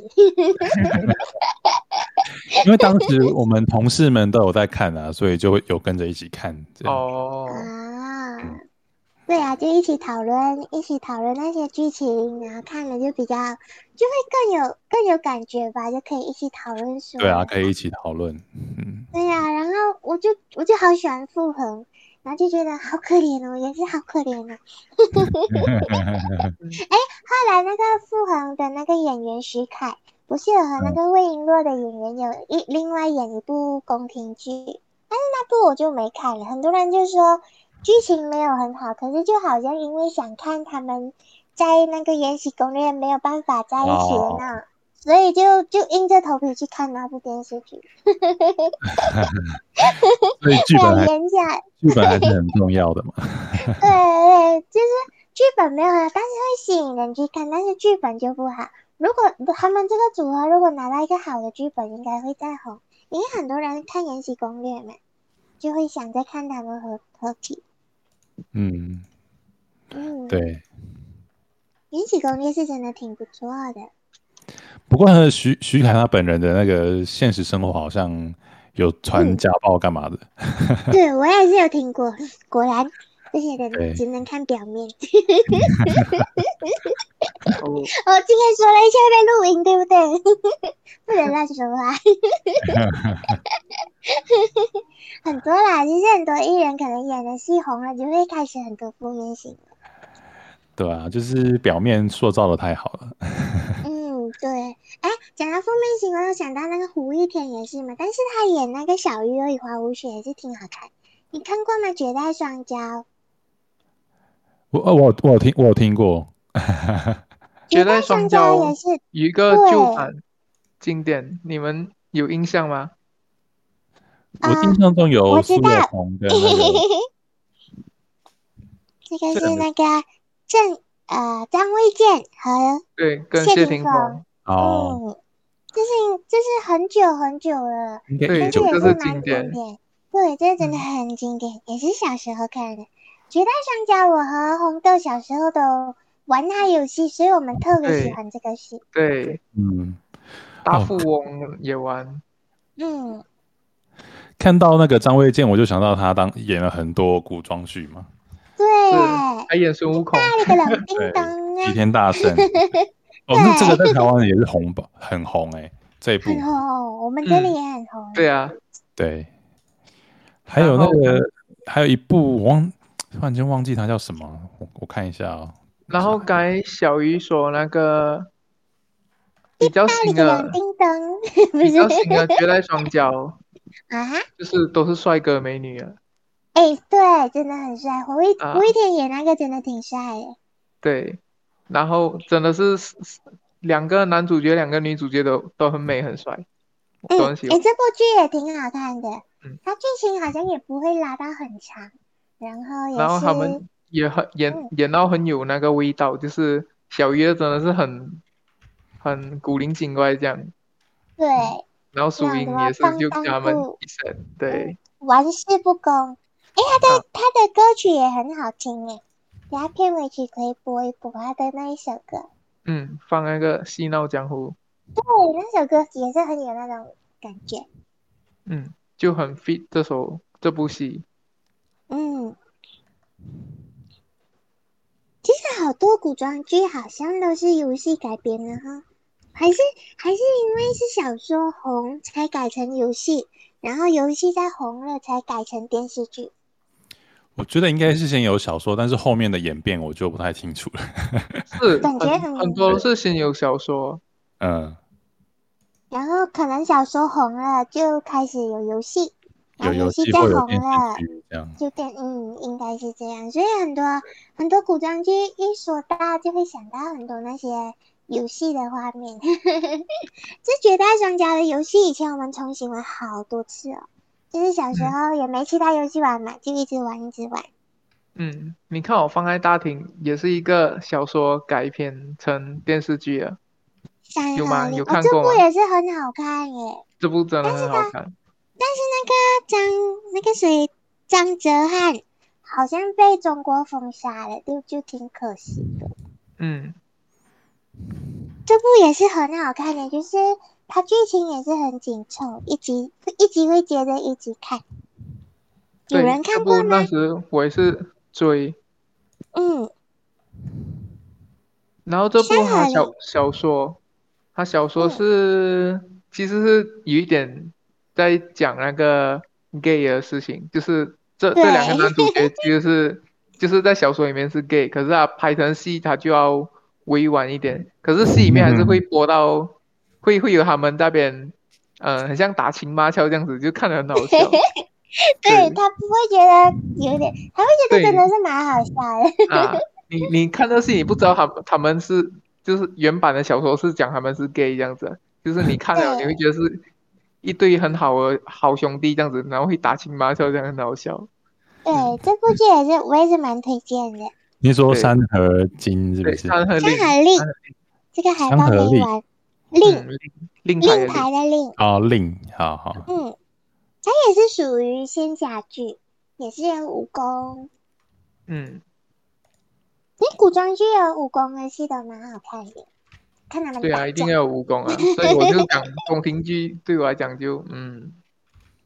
F: 因为当时我们同事们都有在看啊，所以就会有跟着一起看。这样，
C: 哦，
D: 啊，对啊，就一起讨论，一起讨论那些剧情，然后看了就比较，就会更有更有感觉吧，就可以一起讨论说。
F: 对啊，可以一起讨论。 嗯，
D: 对啊，然后我就我就好喜欢傅恒，然后就觉得好可怜哦，也是好可怜哦。后来那个傅恒的那个演员徐凯，不是有和
F: 嗯
D: 那个魏璎珞的演员有一另外演一部宫廷剧，但是那部我就没看了。很多人就说剧情没有很好，可是就好像因为想看他们在那个《延禧攻略》没有办法在一起
F: 哦
D: 的那种，所以就就硬着头皮去看那部电视剧，
F: 所以剧
D: 要
F: 本还
D: 演下来。
F: 剧本还是很重要的嘛。
D: 对，就是剧本没有很好，但是会吸引人去看，但是剧本就不好。如果他们这个组合如果拿到一个好的剧本，应该会再红，因为很多人看《延禧攻略》嘛，就会想再看他们合合体。
F: 嗯，
D: 嗯，《
F: 对。
D: 延禧攻略》是真的挺不错的。
F: 不过呢，徐徐凯他本人的那个现实生活好像有传
D: 嗯
F: 家暴干嘛的。
D: 对我也是有听过，果然这些人
F: 对
D: 只能看表 面。
C: 哦，
D: 我今天说了一下在录音，对不对？ 不能乱说话。 很多啦，其实很多艺人可能演的戏红了，就会开始很多负面 新闻。
F: 对啊，就是表面塑造的太好了。
D: 嗯，对。哎，讲到负面新闻，我想到那个胡一天也是嘛，但是他演那个小鱼儿与花无雪也是挺好看。你看过吗？《绝代双骄》
F: 我哦，我有我有听我有听过，
D: 《
C: 绝代双骄
D: 也是，
C: 有一个
D: 对
C: 旧版经典，你们有印象吗？
F: 我
D: 啊
F: 印象中有
D: 我知
F: 苏有
D: 道
F: 朋跟那 个
D: 这个
F: 这
D: 是那个郑呃张卫健和
C: 对，跟
D: 谢啊
C: 谢
D: 霆
C: 霆
D: 锋
C: 锋，
F: 哦，
D: 嗯，这是这是很久很久了，
F: 应该
C: 对
D: 但
F: 一
D: 是
F: 九
D: 也
C: 这是
D: 是蛮
C: 经
D: 经
C: 典嗯
D: 对，这真的很经典，也是小时候看的。绝代双骄，我和红豆小时候都玩它游戏，所以我们特别喜
C: 对
D: 欢这个戏。
C: 对，
F: 嗯，
C: 大
F: 哦
C: 富翁也玩，
D: 嗯，
F: 看到那个张卫健，我就想到他当演了很多古装剧嘛，
D: 对，
C: 是还演孙悟空，
D: 那个 冷叮
F: 对
D: 当
F: 《齐
D: 啊，
F: 天大 圣》哦，那这个在台湾也是红吧，很红哎、这一部
D: 很红，我们这里
C: 嗯
D: 也很红。
C: 对啊，
F: 对，还有那
C: 然
F: 个还有一部我忘，突然间忘记它叫什么，我我看一下哦，
C: 然后刚才小鱼说那个比较
D: 那
C: 新
D: 个冷
C: 的、
D: 叮当，
C: 嗯
D: 不
C: 比
D: 是
C: 较新的《绝代双骄》，
D: 啊？
C: 就是都是帅哥美女啊。
D: 哎，对，真的很帅，胡一
C: 啊
D: 胡一天演那个真的挺帅的。嗯
C: 对，然后真的是两个男主角、两个女主角都都很美很帅，我都
D: 嗯，
C: 很喜
D: 哎，
C: 欢。
D: 这部剧也挺好看的
C: 嗯，
D: 它剧情好像也不会拉到很长，然后也
C: 然后他
D: 是
C: 们也很演
D: 嗯
C: 演到很有那个味道，就是小鱼儿真的是很很古灵精怪这样。
D: 对啊
C: 然后苏
D: 那
C: 英
D: 什么
C: 也是
D: 放
C: 就
D: 荡
C: 跟他们
D: 不
C: 一起，对，
D: 玩世不恭。哎，他
C: 啊
D: 的他的歌曲也很好听哎，等下片尾曲可以播一播他的那一首歌，
C: 嗯，放那个《嬉闹江湖》，
D: 对，那首歌也是很有那种感觉。
C: 嗯，就很 fit 这首这部戏。
D: 嗯，其实好多古装剧好像都是游戏改编的哈，还是还是因为是小说红才改成游戏，然后游戏再红了才改成电视剧。
F: 我觉得应该是先有小说，但是后面的演变我就不太清楚了。
C: 是
D: 感觉
C: 很
D: 很
C: 很多都是先有小说，
F: 嗯，
D: 然后可能小说红了就开始有游戏，然
F: 有
D: 后
F: 游
D: 戏
F: 戏
D: 再
F: 或有
D: 红
F: 电视
D: 了
F: 剧这样。
D: 就变嗯，应该是这样。所以很多很多古装剧一说到，就会想到很多那些游戏的画面。 这《绝代双骄》的游戏，以前我们重新玩好多次哦。就是小时候也没其他游戏玩嘛，就一直玩一直玩。
C: 嗯，你看我放在大厅，也是一个小说改编成电视剧啊了，
D: 山
C: 有
D: 河
C: 吗
D: 令
C: 有
D: 哦，
C: 看
D: 这
C: 过
D: 部
C: 吗
D: 也是很好看耶。
C: 这部真的很好看。
D: 那张那个谁，张哲瀚好像被中国封杀了，就就挺可惜的。
C: 嗯，
D: 这部也是很好看的，就是它剧情也是很紧凑，一集一集会接着一集看。有
C: 对，
D: 人
C: 这
D: 看
C: 部
D: 过
C: 那
D: 吗？
C: 时我也是追，
D: 嗯，
C: 然后这部
D: 山海
C: 它
D: 里
C: 小小说，它小说
D: 嗯
C: 是其实是有一点在讲那个 gay 的事情，就是这这两个
D: 对
C: 男主角其实是就是在小说里面是 gay，可是他拍成戏他就要委婉一点，可是戏里面还是会播到会会有他们那边，嗯、很像打情骂俏这样子，就看得很好 笑。
D: 对
C: 对
D: 他不会觉得有点，他会觉得
C: 对
D: 真的是蛮好笑的。
C: 啊，你你看这戏，你不知道他们他们是就是原版的小说是讲他们是 gay 这样子，啊就是你看了
D: 对
C: 你会觉得是一对很好的好兄弟这样子，然后会打情骂俏这样很好笑。嗯
D: 对，这部剧也是我也是蛮推荐的，《
F: 你说《
C: 对
F: 山河经》是不
C: 对，
F: 是？
C: 山河令
D: 山，海令
C: 山河》
D: 这个海
F: 山
D: 报
F: 河
D: 可以
F: 令
D: 玩，令
C: 嗯令令牌
D: 令
C: 的
D: 牌
C: 令，
D: 的令，
F: 哦，令，好好，
D: 嗯，它也是属于仙侠剧，也是有武功。
C: 嗯，
D: 你古装剧有武功的戏都蛮好看的，看他们
C: 对
D: 打
C: 啊，一定
D: 架
C: 要有武功啊，所以我就讲宫廷剧对我来讲就嗯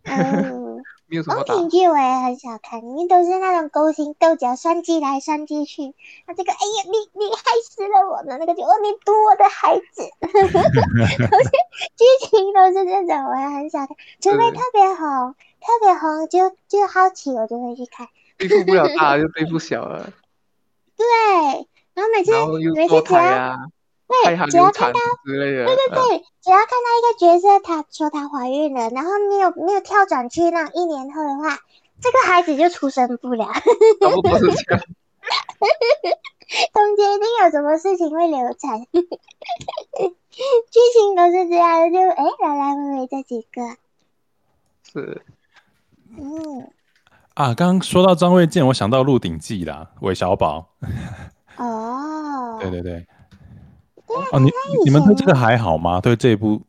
D: 嗯，
C: 没有什么
D: 宫
C: 打。
D: 廷剧我也很少看，因为都是那种勾心斗角、算计来算计去。那这个，哎呀，你你害死了我的那个就哦，你毒我的孩 子，都是剧情都是这种，我也很少看，除非
C: 对
D: 特别红，特别红就就好奇我就会去看。
C: 对付不了大就对付小了，
D: 对，然后每次
C: 然后又
D: 每次
C: 堕
D: 只要
C: 胎啊，害她
D: 对，只
C: 流
D: 要看
C: 产
D: 到
C: 之类的。
D: 对
C: 呃
D: 对，只要看到一个角色，她说她怀孕了，然后没有没有跳转去那一年后的话，这个孩子就出生不了，
C: 差不多是这样。
D: 中间一定有什么事情会流产。 剧情都是这样的，就哎来来回回这几个，
C: 是，
D: 嗯，
F: 啊，刚刚说到张卫健，我想到《鹿鼎记》啦，韦小宝。
D: 哦，
F: 对对对。
D: 对啊
F: 哦，你
D: 以
F: 你们对这
D: 前
F: 个还好吗？对这一部，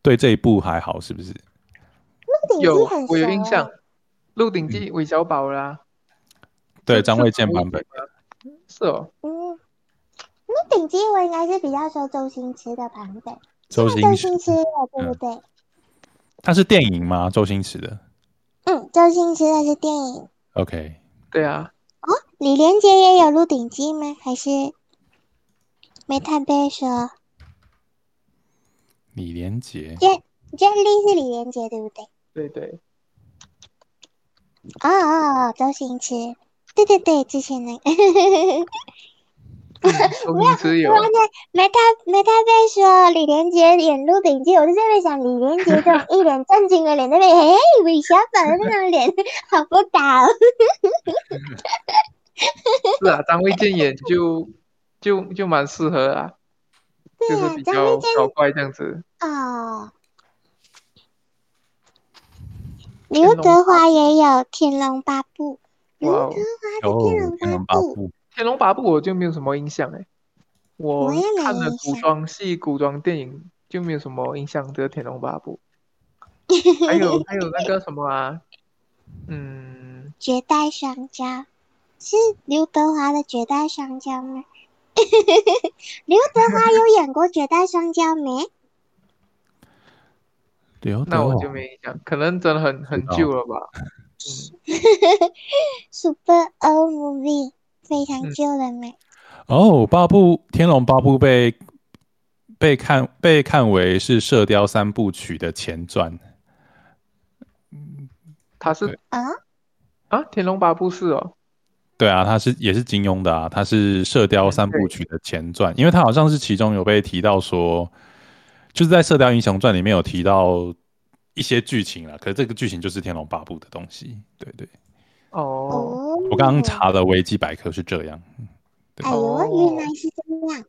F: 对这一部还好是不是？
D: 鹿鼎记
C: 有
D: 很熟
C: 我有印
D: 欸
C: 象，《鹿鼎记》韦小宝啦，
F: 嗯对
C: 是
F: 张卫健版本。。
C: 啊是哦，
D: 嗯，鹿鼎记我应该是比较熟周星驰的版本，
F: 周
D: 周
F: 星驰，
D: 星驰
C: 嗯
D: 的对不对？
F: 它是电影吗？周星驰的。
D: 嗯，周星驰的是电影，
F: OK，
C: 对啊，
D: 李连杰也有《鹿鼎记》吗？还是没看被说？
F: 李连杰。
D: 这里是李连杰对不对？
C: 对对，
D: 哦哦哦，周星驰，对对对，之前那个。
C: 周星驰有
D: 突然间没他没他被说李连杰演《鹿鼎记》，我就在那边想李连杰这种一脸震惊的脸，那边嘿韦小宝的那种脸，好不搭哦。
C: 是啊，张卫健演就就就蛮适合啊，
D: 对
C: 就
D: 啊
C: 是比，
D: 张
C: 较
D: 卫健
C: 搞怪这样子。
D: 哦，刘德华也有《天龙八部》，刘
C: 哇
D: 德
C: 哦
D: 华的《天龙八部》，
F: 部。
C: 《天龙八部》我就没有什么印象哎，我
D: 我也没
C: 看了
D: 印
C: 古
D: 象
C: 装戏、古装电影就没有什么印象。这个《天龙八 部》，还有还有那个什么啊，嗯，
D: 绝代双骄是刘德华的《绝代双骄》吗？ 刘德华有演过《绝代双骄》没？
F: 刘
C: 那
F: 德
C: 我
F: 华
C: 就没印象，可能真的很很
F: 哦道
C: 旧了吧。嗯，
D: Super Old
F: 嗯
D: Movie 非常旧了没？
F: 哦，八部《天龙八部》被被看被看为是《射雕三部曲》的前传。
C: 他是
F: 对
D: 啊，
C: 啊，《天龙八部》是哦，
F: 对啊，他是也是金庸的啊，他是《射雕三部曲》的前传，因为他好像是其中有被提到说，就是在《射雕英雄传》里面有提到一些剧情啦，可是这个剧情就是《天龙八部》的东西。对对，
C: 哦，
D: 哦，
F: 我刚刚，查了维基百科是这样。
D: 哎呦，原来是这样。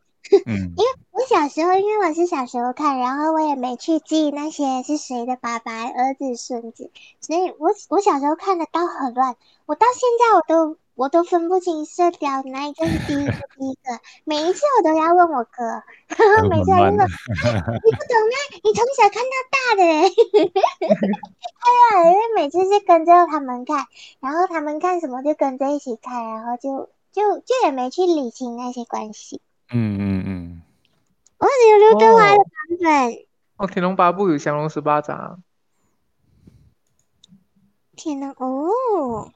F: 嗯，
D: 我小时候，因为我是小时候看，然后我也没去记那些是谁的爸爸、儿子、孙子，所以我我小时候看的都很乱，我到现在我都我都分不清射雕哪一个是第一个第一个，每一次我都要问我哥， 然后
F: 很
D: 每
F: 混
D: 次问
F: 乱
D: 我， 你不懂啊，你从小看到大的 嘞。哎呀，因为每次是跟着他们看，然后他们看什么就跟着一起看，然后就就就也没去理清那些关系。
F: 嗯嗯嗯，
D: 我只有刘德华
C: 哦
D: 的版本，
C: 哦，《天龙八部》有降龙十八掌啊，
D: 天呐，哦，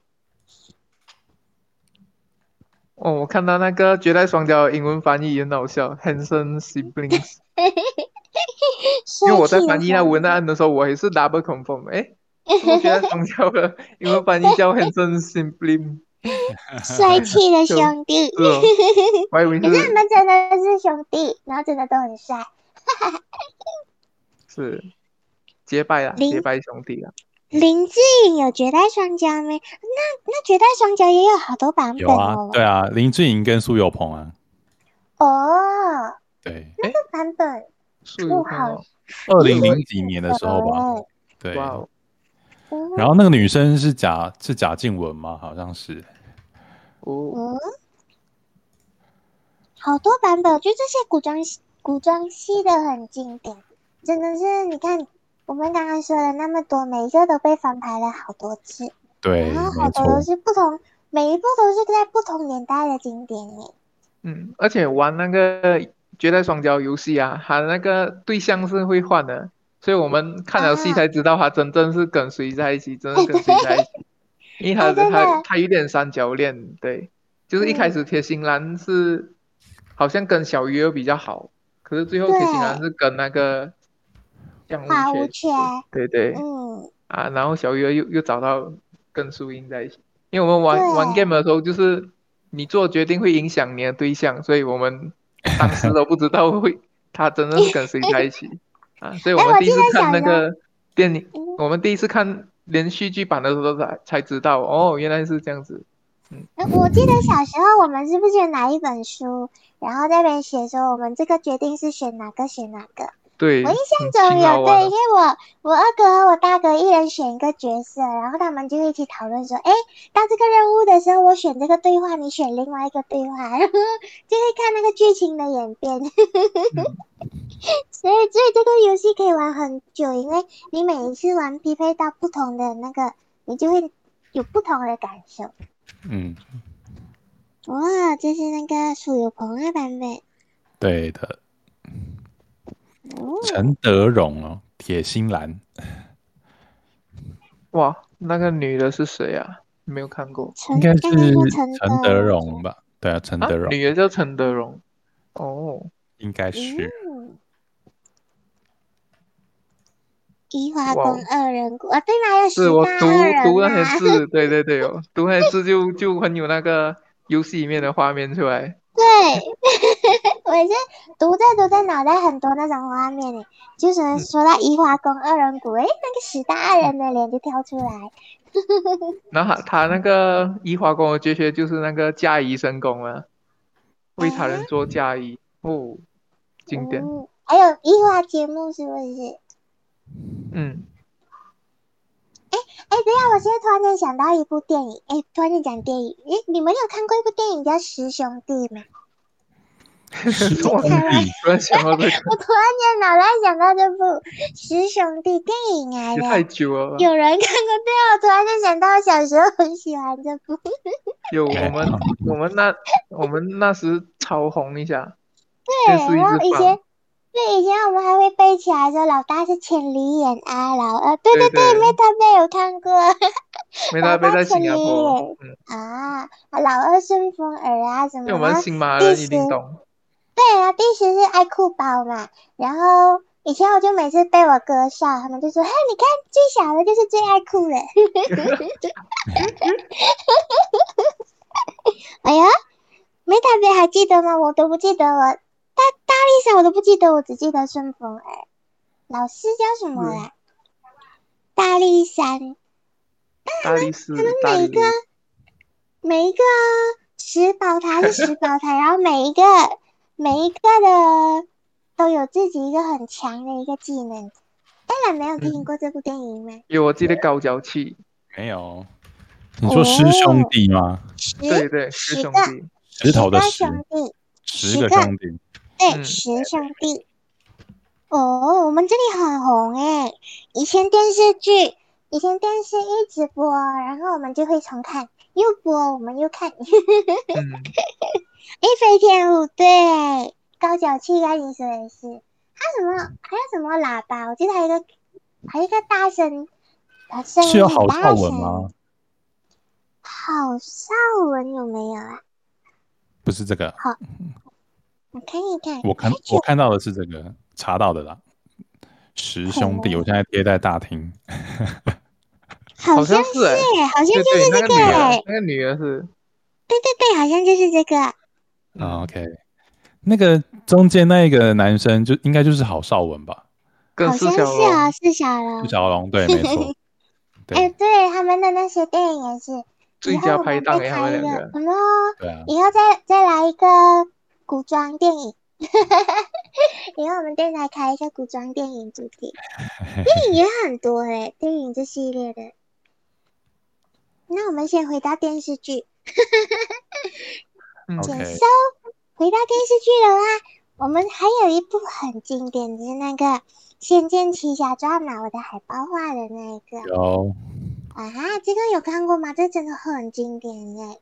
C: 哦，我看到那个《绝代双骄》的英文翻译也很好笑，Hanson siblings。因为我在翻译那文案的时候，我也是 double confirm，哎，我觉得宗教的英文翻译叫 Hanson Simplim，
F: 嗯
D: 帅气的兄 弟，
C: 是哦，我还以为
D: 可是他
C: 是
D: 们真的是兄弟，然后真的都很帅。
C: 是结拜啦，
D: 零
C: 结拜兄弟啦，
D: 林志颖有绝代双骄没？那那绝代双骄也有好多版本
F: 有啊，
D: 哦。
F: 对啊，林志颖跟苏有朋啊，
D: 哦，
F: 对，
D: 这版本
C: 是有
D: 哦
C: 看
D: 好
C: 到，
F: 二零零几年的时候吧，
D: 哦
F: 对。
C: 哇哦，
D: 哦
F: 然后那个女生是贾是贾静雯吗？好像是，
C: 哦，
D: 嗯，好多版本，就这些古装戏，古装戏的很经典，真的是你看我们刚刚说了那么多，每一个都被翻拍了好多次，
F: 对，
D: 然后啊好
F: 没
D: 多都
F: 错，
D: 是不同，每一部都是在不同年代的经典耶。
C: 嗯，而且玩那个绝代双骄游戏啊，他那个对象是会换的，所以我们看了戏才知道他真正是跟谁在一起，真的跟谁在一起，因为他
D: 哎真的
C: 他他有点三角恋，对，就是一开始铁心兰是好像跟小鱼儿比较好，可是最后
D: 对
C: 铁心兰是跟那个江
D: 花
C: 无
D: 无
C: 缺，
D: 缺，
C: 对对
D: 嗯，
C: 啊，然后小鱼儿又又找到跟苏英在一起，因为我们玩
D: 对啊
C: 玩 game 的时候就是你做决定会影响你的对象，所以我们当时都不知道 会他真的是跟谁在一起啊，所以我
D: 哎我
C: 们第一
D: 记
C: 次
D: 得
C: 看那
D: 小
C: 个电影，
D: 嗯
C: 我们第一次看连续剧版的时候才才知道哦，原来是这样子，
D: 我记得小时候我们是不是拿一本书，然后在那边写说我们这个决定是选哪个选哪个。
C: 对，
D: 我印象
C: 嗯
D: 中
C: 挺好
D: 有
C: 玩
D: 对，
C: 的
D: 因为我我二哥和我大哥一人选一个角色，然后他们就会一起讨论说，哎，到这个任务的时候我选这个对话，你选另外一个对话， 然后就会看那个剧情的演变。 所以，所以这个游戏可以玩很久，因为你每一次玩匹配到不同的那个，你就会有不同的感受。
F: 嗯，
D: 哇，这是那个苏有朋的版本。
F: 对的，
D: 哦，
F: 陈德容哦，铁心兰，
C: 哇，那个女的是谁啊？没有看过
D: 陈
F: 应该
D: 刚刚说
F: 是
D: 陈
F: 陈德容吧？对啊，陈
C: 啊
F: 德，容
C: 女的叫陈德容，哦，
F: 应该是
D: 嗯，一花
C: 哇
D: 宫二人谷啊，对嘛，有
C: 是
D: 十
C: 我
D: 八
C: 读
D: 二人
C: 读那些
D: 嘛，
C: 字，对对对哦，读那些字就就很有那个游戏里面的画面出来。
D: 对，我也是读着读着脑袋很多那种画面诶，就是说到一花宫二人谷，诶，那个十大二人的脸就跳出来，
C: 然后他他那个移花宫的绝学就是那个嫁衣神功啊，为他人做嫁衣哦，经典。
D: 嗯，还有一花节目是不是？
C: 嗯，
D: 哎，等一下，我现在突然间想到一部电影，哎，突然间讲电影，哎，你们有看过一部电影叫《十兄弟》吗？
F: 师兄
D: 我看了
F: 弟，
C: 突然想到这个
D: 我突然间脑袋想到这部《十兄弟》电影来
C: 也太
D: 的，
C: 久了吧？
D: 有人看过对啊，我突然间想到小时候很喜欢这部，
C: 有
F: 哎
C: 我们
F: 好
C: 我们那我们那时超红一下，
D: 对，
C: 电视一
D: 然后
C: 直
D: 以
C: 放
D: 前。对，以前我们还会背起来说，老大是千里眼啊，老二，对
C: 对
D: 对，
C: 对
D: 没特别有看过
C: 没他被在新加
D: 老大
C: 坡
D: 千里，
C: 嗯，
D: 啊，老二顺风耳啊什
C: 因
D: 么
C: 为我们
D: 啊
C: 新马
D: 第
C: 人一定
D: 十
C: 懂。
D: 对啊，第十是爱哭包嘛。然后以前我就每次被我哥笑，他们就说：“嘿，你看最小的就是最爱哭的。” 哎呀，没特别还记得吗？我都不记得我大大力上我都不记得，我只记得顺风耳。老师叫什么
C: 嗯
D: 啦？大力山，
C: 大力士，大
D: 每
C: 力
D: 一个
C: 士。
D: 每一个石 宝台是石宝台，然后每一个每一个的都有自己一个很强的一个技能。当然没有听过这部电影吗？
C: 有，我记得高脚气，
F: 没有。你说师兄弟吗？
D: 十
C: 对对，师
D: 十
C: 兄
D: 个
C: 弟，
F: 石头的
D: 个
F: 石，
D: 兄弟，
F: 十个
D: 十个
F: 兄弟，
D: 对，
C: 嗯
D: 十兄弟。哦，我们这里很红诶，以前电视剧，以前电视一直播，然后我们就会重看，又播我们又看。
C: 嗯，
D: 哎，飞天舞对，高脚气该你说的是，还有什么还有什么喇叭？我记得还有一个还有一个大声，啊声音
F: 是有
D: 很
F: 郝
D: 大
F: 邵文
D: 声
F: 吗？？
D: 郝邵文有没有啊？
F: 不是这个，
D: 我看一看，
F: 我看
D: 哎
F: 我看到的是这个查到的啦。十兄弟，我现在贴在大厅。
D: 好
C: 好
D: 像
C: 像
D: 是
C: 是哎
D: 哎，好像
C: 对
D: 就
C: 对，
D: 是
C: 那
D: 这
C: 个
D: 个
C: 女
D: 哎
C: 的，，那个女的是，
D: 对对对，好像就是这个。
F: 啊 OK，那个中间那一个男生就应该就是郝邵文吧？
C: 跟
D: 好
C: 释
D: 像是
C: 小
D: 啊，
C: 龙，
D: 是小龙
F: 是。小龙，对，没错。对
D: 哎，对，他们的那些电影也是。
C: 最
D: 以后
C: 佳
D: 我
C: 拍
D: 们
C: 档
D: 再
C: 哎他
D: 开
C: 们
D: 一
C: 两
D: 个
C: 个，
D: 什么？
F: 对啊，
D: 以后再再来一个古装电影， 以后我们电台开一个古装电影主题，电影也很多哎、电影这系列的。那我们先回到电视剧，
C: 嗯
F: OK
D: 简收回到电视剧的话，我们还有一部很经典的是那个《仙剑奇侠传》嘛，我的海报画的那一个
F: 有
D: 啊，这个有看过吗？这真的很经典哎、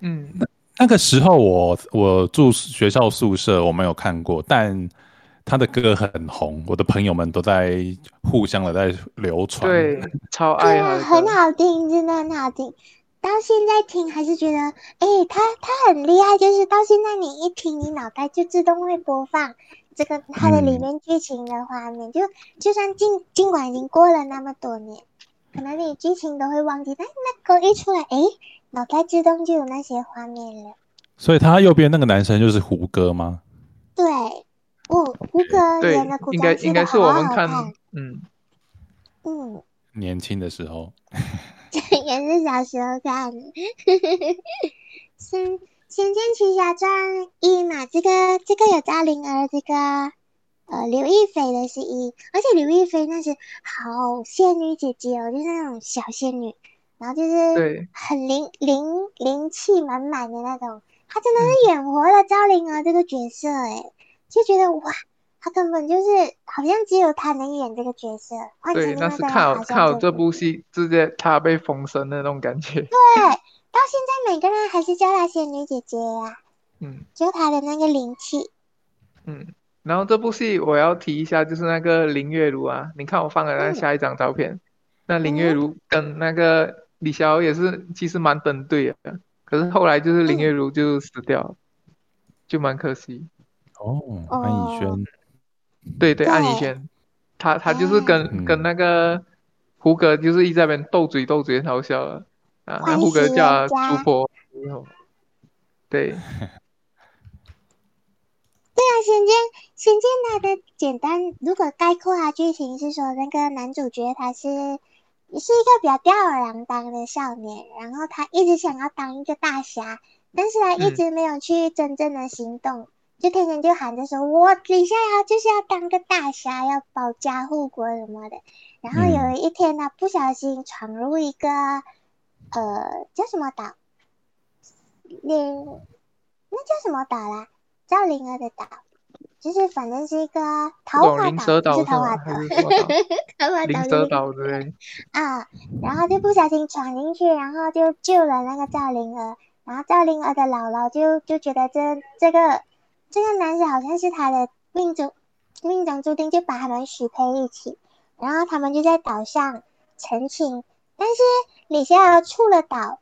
C: 嗯，
F: 那个时候我我住学校宿舍，我没有看过，但他的歌很红，我的朋友们都在互相的在流传。
C: 对，超
D: 对
C: 爱他
D: 啊，
C: 的
D: 很
C: 歌
D: 好听，真的很好听。到现在听还是觉得，哎、他他很厉害，就是到现在你一听，你脑袋就自动会播放这个它的里
F: 嗯
D: 面剧情的画面，就就算尽尽管已经过了那么多年，可能你剧情都会忘记，但那歌一出来，哎、脑袋自动就有那些画面了。
F: 所以他右边那个男生就是胡歌吗？
D: 对，哦，胡歌
C: 对
D: 演的古，
C: 应该
D: 装剧
C: 应该
D: 的
C: 是
D: 好
C: 我们
D: 好
C: 看
D: 看，，
C: 嗯，
D: 嗯，
F: 年轻的时候，
D: 也是小时候看的。仙《仙剑奇侠传一》嘛，这个这个有赵灵儿，这个呃刘亦菲的是一，而且刘亦菲那是好仙女姐姐哦，就是那种小仙女，然后就是
C: 对，
D: 很灵灵灵气满满的那种。她真的
C: 嗯
D: 是演活了赵灵儿这个角色，哎，就觉得哇，她根本就是好像只有她能演这个角色，换成
C: 对，
D: 另外
C: 那是
D: 一个人
C: 看好
D: 好
C: 看好
D: 像
C: 这
D: 就
C: 部戏，直接他被封神的那种感觉，
D: 对，到现在每个人还是叫她仙女姐姐呀、
C: 嗯
D: 就她的那个灵气。
C: 嗯。然后这部戏我要提一下，就是那个林月如啊，你看我放的那
D: 嗯
C: 下一张照片，那林月如跟那个李逍遥也是其实蛮登对的，可是后来就是林月如就死掉了，
D: 嗯
C: 就蛮可惜。
F: 哦，安以轩，嗯
C: 对对，安以
D: 对啊
C: 轩，他他就是跟、
F: 嗯
C: 跟那个胡歌就是一直在那边斗嘴斗嘴，很好笑了啊。那
D: 欢
C: 胡歌
D: 喜
C: 叫
D: 人家
C: 他猪婆，然后对
D: 那《仙剑》《仙剑》它的简单，如果概括它啊剧情是说，那个男主角他是也是一个比较吊儿郎当的少年，然后他一直想要当一个大侠，但是他一直没有去真正的行动，就天天就喊着说：“我李逍遥就是要当个大侠，要保家护国什么的。”然后
F: 嗯
D: 有一天他不小心闯入一个呃叫什么岛，连那叫什么岛啦？赵灵儿的岛，就是反正是一个
C: 不
D: 桃
C: 懂
D: 花
C: 灵蛇
D: 岛，
C: 岛
D: 不
C: 是
D: 是桃花
C: 吗？
D: 岛
C: 还，是什么岛？
D: 桃花
C: 灵
D: 岛
C: 蛇
D: 就是
C: 岛之类。
D: 啊，然后就不小心闯进去，然后就救了那个赵灵儿，然后赵灵儿的姥姥就就觉得这这个这个男人好像是他的命中命中注定，就把他们许配一起，然后他们就在岛上成亲，但是李逍遥出了岛，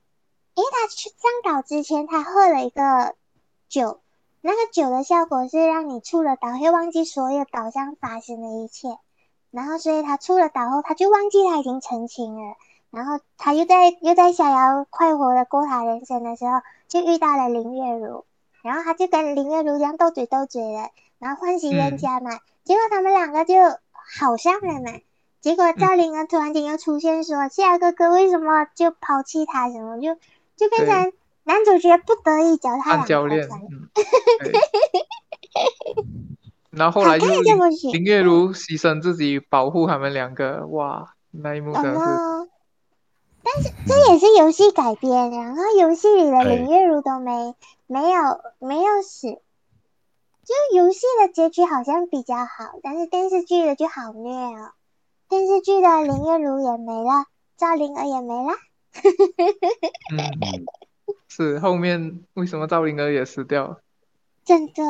D: 因为他去上岛之前他喝了一个酒，那个酒的效果是让你出了岛会忘记所有岛上发生的一切。然后所以他出了岛后，他就忘记他已经成亲了。然后他又在又在逍遥快活的过他人生的时候，就遇到了林月如，然后他就跟林月如这样斗嘴斗嘴了，然后欢喜冤家嘛。结果他们两个就好上了嘛。结
C: 嗯
D: 果赵灵儿突然间又出现说：“逍遥哥哥为什么就抛弃他？什么就就变
C: 对
D: 成男主角不得已脚
C: 按
D: 踏两
C: 教
D: 条
C: 练，
D: 船。
C: 嗯，对然后后
D: 好
C: 来就
D: 看这
C: 林
D: 部剧
C: 林月如牺牲自己保护他们两个，哇，那一幕
D: 哦
C: 真的是
D: no！但是这也是游戏改编，然后游戏里的
F: 对
C: 哎
D: 林月如都没没有没有死，就游戏的结局好像比较好，但是电视剧的就好虐哦。电视剧的林月如也没了，赵灵儿也没了，
C: 嗯，是后面为什么赵灵儿也死掉了？
D: 真的，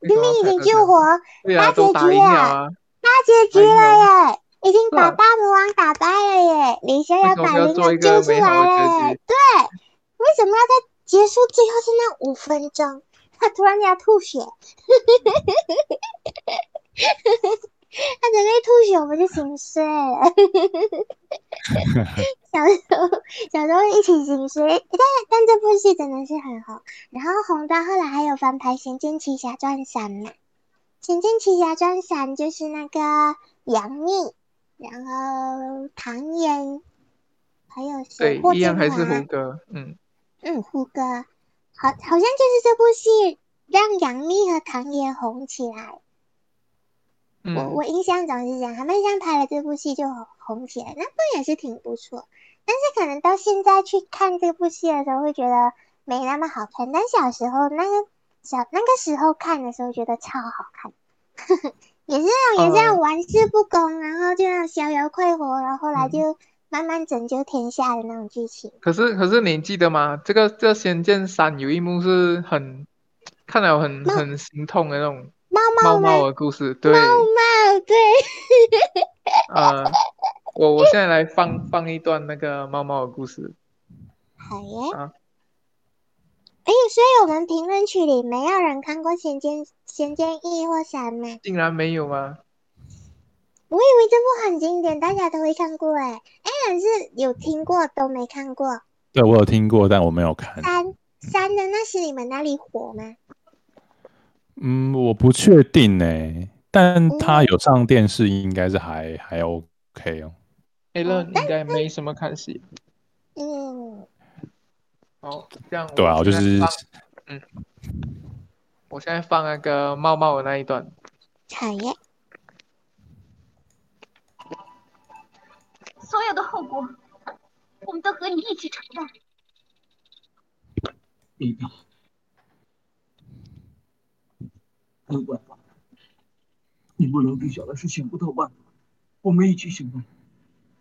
C: 为什
D: 明
C: 么
D: 明已
C: 才
D: 经
C: 二
D: 救
C: 十
D: 活
C: 对啊，
D: 大
C: 都
D: 结
C: 打
D: 局
C: 赢了
D: 啊
C: 啊，
D: 大结局了耶，已经
C: 是
D: 把
C: 啊
D: 大魔王打败
C: 哎
D: 了耶，李逍
C: 为
D: 遥
C: 什么
D: 把
C: 哎要
D: 灵
C: 做一
D: 儿
C: 个
D: 救出
C: 美好
D: 来
C: 的
D: 了
C: 结
D: 耶
C: 局，
D: 对，为什么要在结束最后是那五分钟，他突然间要吐血？ 他准备吐血，我们就心 碎了。小时候，小时候一起心碎，但但这部戏真的是很红，然后红到后来还有翻拍《仙剑奇侠传三》嘛，《仙剑奇侠传三》就是那个杨幂，然后唐嫣，还有谁？
C: 对，
D: 霍
C: 一样
D: 建
C: 还是
D: 华
C: 胡歌，嗯，
D: 嗯，胡歌，好，好像就是这部戏让杨幂和唐嫣红起来。我
C: 嗯，
D: 我印象中是这样，他们像拍了这部戏就红红起来，那部也是挺不错。但是可能到现在去看这部戏的时候，会觉得没那么好看。但小时候那个小那个时候看的时候，觉得超好看， 也是那种也是那种玩世不恭，然后就那种逍遥快活，然后后来
C: 嗯
D: 就慢慢拯救天下的那种剧情。
C: 可是可是你记得吗？这个这《仙剑三》有一幕是很看了很
D: 那
C: 很心痛的那种，
D: 梦猫
C: 猫
D: 猫吗？
C: 猫的故事，对，
D: 猫，对，
C: 呃，我我现在来放放一段那个猫猫的故事，
D: 好耶。
C: 啊
D: 哎，所以我们评论区里没有人看过《仙剑》《仙剑异》或《闪门》，
C: 竟然没有吗？
D: 我以为这部很经典，大家都会看过哎。哎，但是有听过都没看过。
F: 对我有听过，但我没有看。
D: 三三的那是你们那里火吗？
F: 嗯，我不确定哎、但它有上电视，应该是还还 OK 哦。
C: a l a n 应该没什么看戏。
D: 嗯，
C: 哦，这样
F: 对啊，我就
C: 现在
F: 是
C: 放我现在放那个猫猫的那一段。
D: 好耶。
E: 所有的后果，我们都和你一起承担。
G: 地道，没有办法，你不能对小的事想不到办法，我们一起想办法。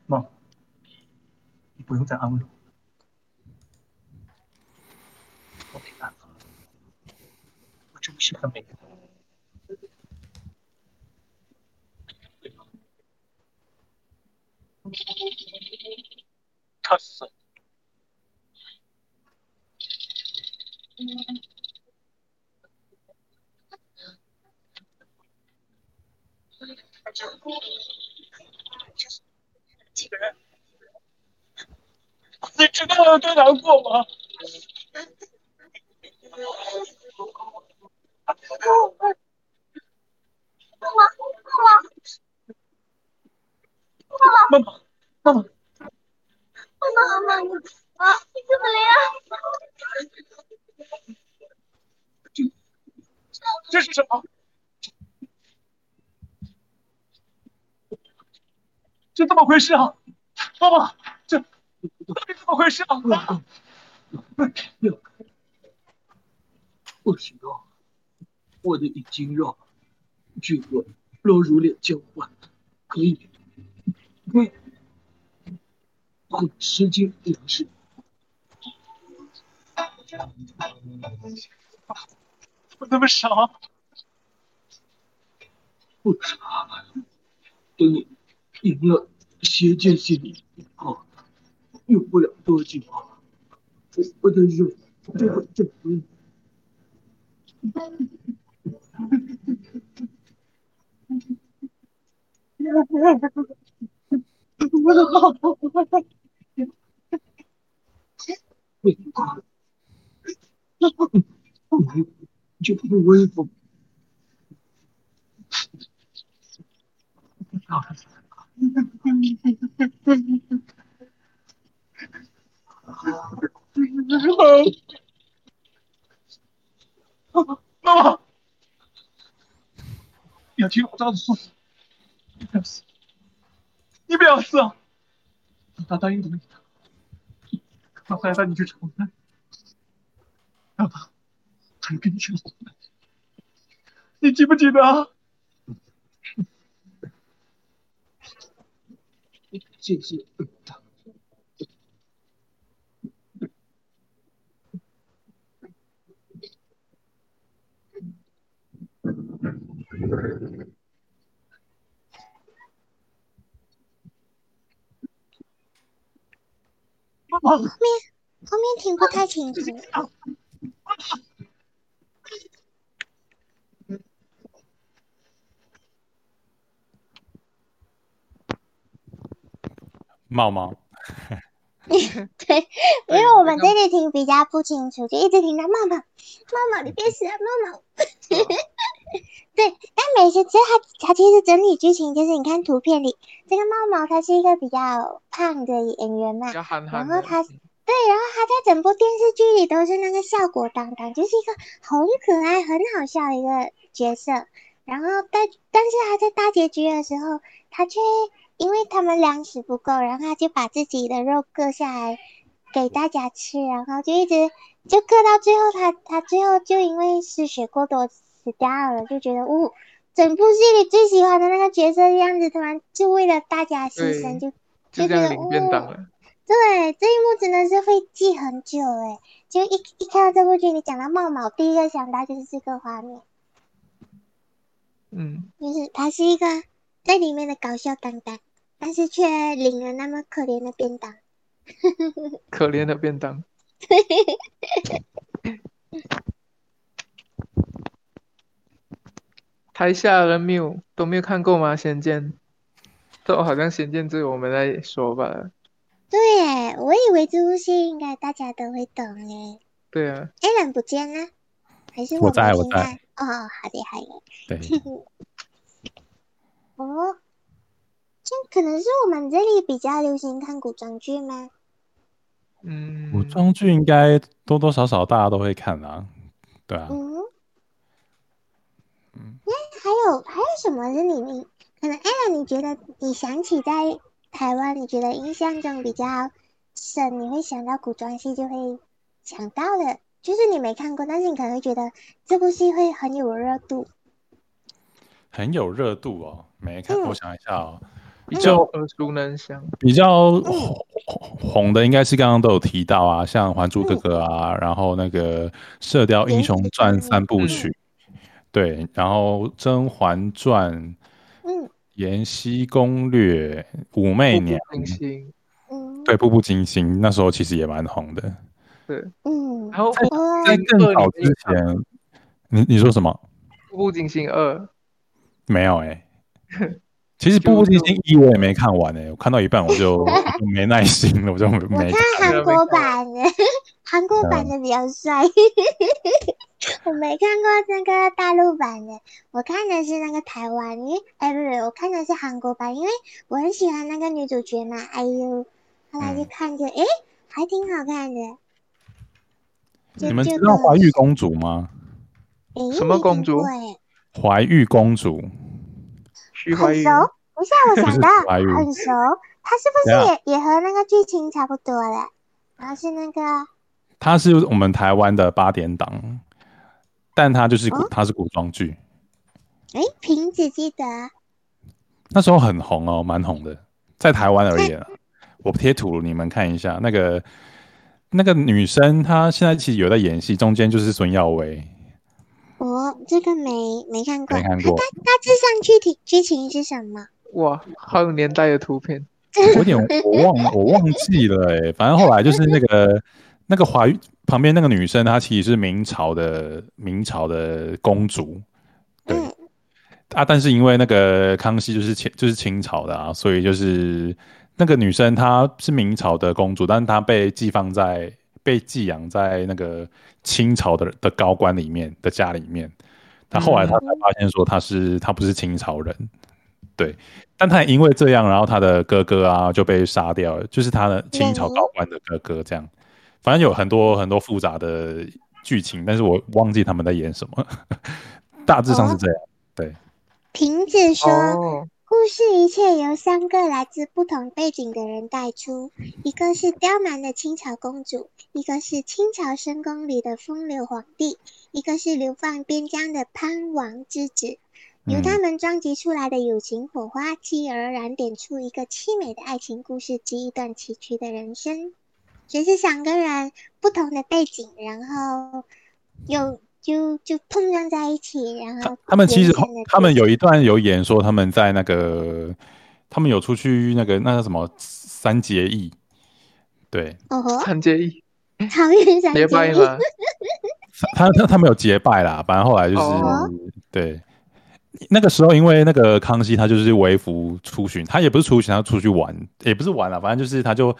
G: 妈，你不用再安慰我了，我没办法，我真是很没办法。他死了，这个人，你知道有多难过吗？妈妈，妈妈，
E: 妈妈，啊，你怎么了呀？
G: 这是什么？这怎么回事啊？妈妈，这到底怎么回事啊？我知道，我的眼睛肉，这个落入脸交换，可以，可以，我吃进粮食。我那么傻？不傻，等你赢了邪剑系列以后，啊用不了多久，我我的肉就会整 容。嗯我的老婆，为他，就不威风。妈妈，要听我这样子说，你不要死，你不要死啊！他答应同意的，他还带你去长安，爸爸还跟你去长安，你记不记得啊？谢谢他。妈妈，
D: 后面听不太清楚。
F: 茂茂，
D: 对，因为我们这里听比较不清楚，就一直听到妈妈，妈妈你别死啊，妈妈。 对，但美食其实它它其实整体剧情就是你看图片里这个猫毛，它是一个比较胖的演员嘛，
C: 比较憨憨的。嗯
D: 然后他，对，然后他在整部电视剧里都是那个效果担当，就是一个很可爱、很好笑的一个角色。然后但但是他在大结局的时候，他却因为他们粮食不够，然后他就把自己的肉割下来给大家吃，然后就一直就割到最后他，他最后就因为失血过多死掉了，就觉得呜、整部剧里最喜欢的那个角色的样子，突然就为了大家牺牲，
C: 对
D: 就
C: 就这
D: 就觉
C: 样
D: 得哦
C: 领便
D: 呜
C: 当了。
D: 对，这一幕真的是会记很久哎，就一一看到这部剧，你讲到茂茂，第一个想到就是这个画面。
C: 嗯，
D: 就是他是一个在里面的搞笑担当，但是却领了那么可怜的便当。
C: 可怜的便当。 台下人没有都没有看过吗？《仙剑》，这好像《仙剑》只有我们来说吧。
D: 对耶，我以为这部戏应该大家都会懂耶。
C: 对啊，
D: a l 不见了，还是
F: 我在
D: 没
F: 我
D: 听
F: 在
D: 到哦，好的好的。
F: 对，
D: 哦，这可能是我们这里比较流行看古装剧吗？
C: 嗯，
F: 古装剧应该多多少少大家都会看啦。对啊，嗯
D: 嗯，那还有还有什么是你你可能 Ella 你觉得你想起在台湾，你觉得印象中比较深，你会想到古装戏就会想到的，就是你没看过，但是你可能会觉得这部戏会很有热度。
F: 很有热度哦。没看，我想一下哦，
C: 比较
F: 就
C: 耳熟能详。
F: 比较红红的应该是刚刚都有提到啊，像《还珠格格》啊，然后那个《射雕英雄传》三部曲，对，然后《甄嬛传》《
D: 嗯
F: 延禧攻略》《武媚娘
C: 步步》惊心，
D: 嗯，
F: 对，《步步惊心》那时候其实也蛮红的。
D: 嗯，
C: 然后《
D: 哦，
F: 在更早之前，你你说什么？
C: 步步惊心二》
F: 没有哎、其实《步步惊心一》我也没看完哎、我看到一半我就我就没耐心了，我就
D: 我
F: 没嗯
D: 看韩国版的，韩国版的比较帅。 我没看过那个大陆版的，我看的是那个台湾，因为哎不是，我看的是韩国版，因为我很喜欢那个女主角嘛，IU。后来就
F: 嗯
D: 看着，哎、还挺好看的。就
F: 你们
D: 就
F: 知道
D: 跟哎
F: 怀玉公主吗？
D: 诶
C: 什么
D: 没
C: 公
D: 听
C: 主
D: 过诶
F: 怀玉公主，
C: 徐怀
D: 很
C: 钰
D: 熟，不是啊 我
F: 不
D: 想
F: 是
D: 到
F: 怀啊玉
D: 很熟，她是不
F: 等一
D: 是也也和那个剧情差不多了？然后是那个哎
F: 她是我们台湾的八点档，但她就是古，
D: 哦
F: 她是古装剧，
D: 哎瓶子记得。啊
F: 那时候很红哦，蛮红的，在台湾而言啊、我贴图你们看一下，那个那个女生她现在其实有在演戏，中间就是孙耀威，
D: 哦，这个没没看过，
F: 没看过
D: 大大致上具体剧情是什么？
C: 哇，好有年代的图片。
F: 我有点我忘了我忘记了哎、反正后来就是那个那个怀玉旁边那个女生，她其实是明朝的明朝的公主，对、
D: 嗯
F: 啊，但是因为那个康熙就是清就是清朝的啊，所以就是那个女生她是明朝的公主，但是她被寄放在被寄养在那个清朝的的高官里面的家里面，她后来她才发现说她是她不是清朝人。但他也因为这样，然后他的哥哥啊就被杀掉了，就是他的清朝高官的哥哥这样。反正有很多很多复杂的剧情，但是我忘记他们在演什么， 大致上是这样。
D: 瓶子说，
C: 哦，
D: 故事一切由三个来自不同背景的人带出，一个是刁蛮的清朝公主，一个是清朝深宫里的风流皇帝，一个是流放边疆的藩王之子。由
F: 嗯
D: 他们撞击出来的友情火花，继而燃点出一个凄美的爱情故事及一段崎岖的人生。只是两个人不同的背景，然后又就就碰撞在一起，然后
F: 他们其实
D: 延伸了
F: 他们有一段有演说他们在那个他们有出去那个那个什么三结义，对
D: 哦吼，
C: 三结义，
D: 好运三
C: 结拜吗？
F: 他他他们有结拜啦，反正后来就是、
C: 哦
F: 对。那个时候，因为那个康熙他就是微服出巡，他也不是出巡，他出去玩，也不是玩了、反正就是他就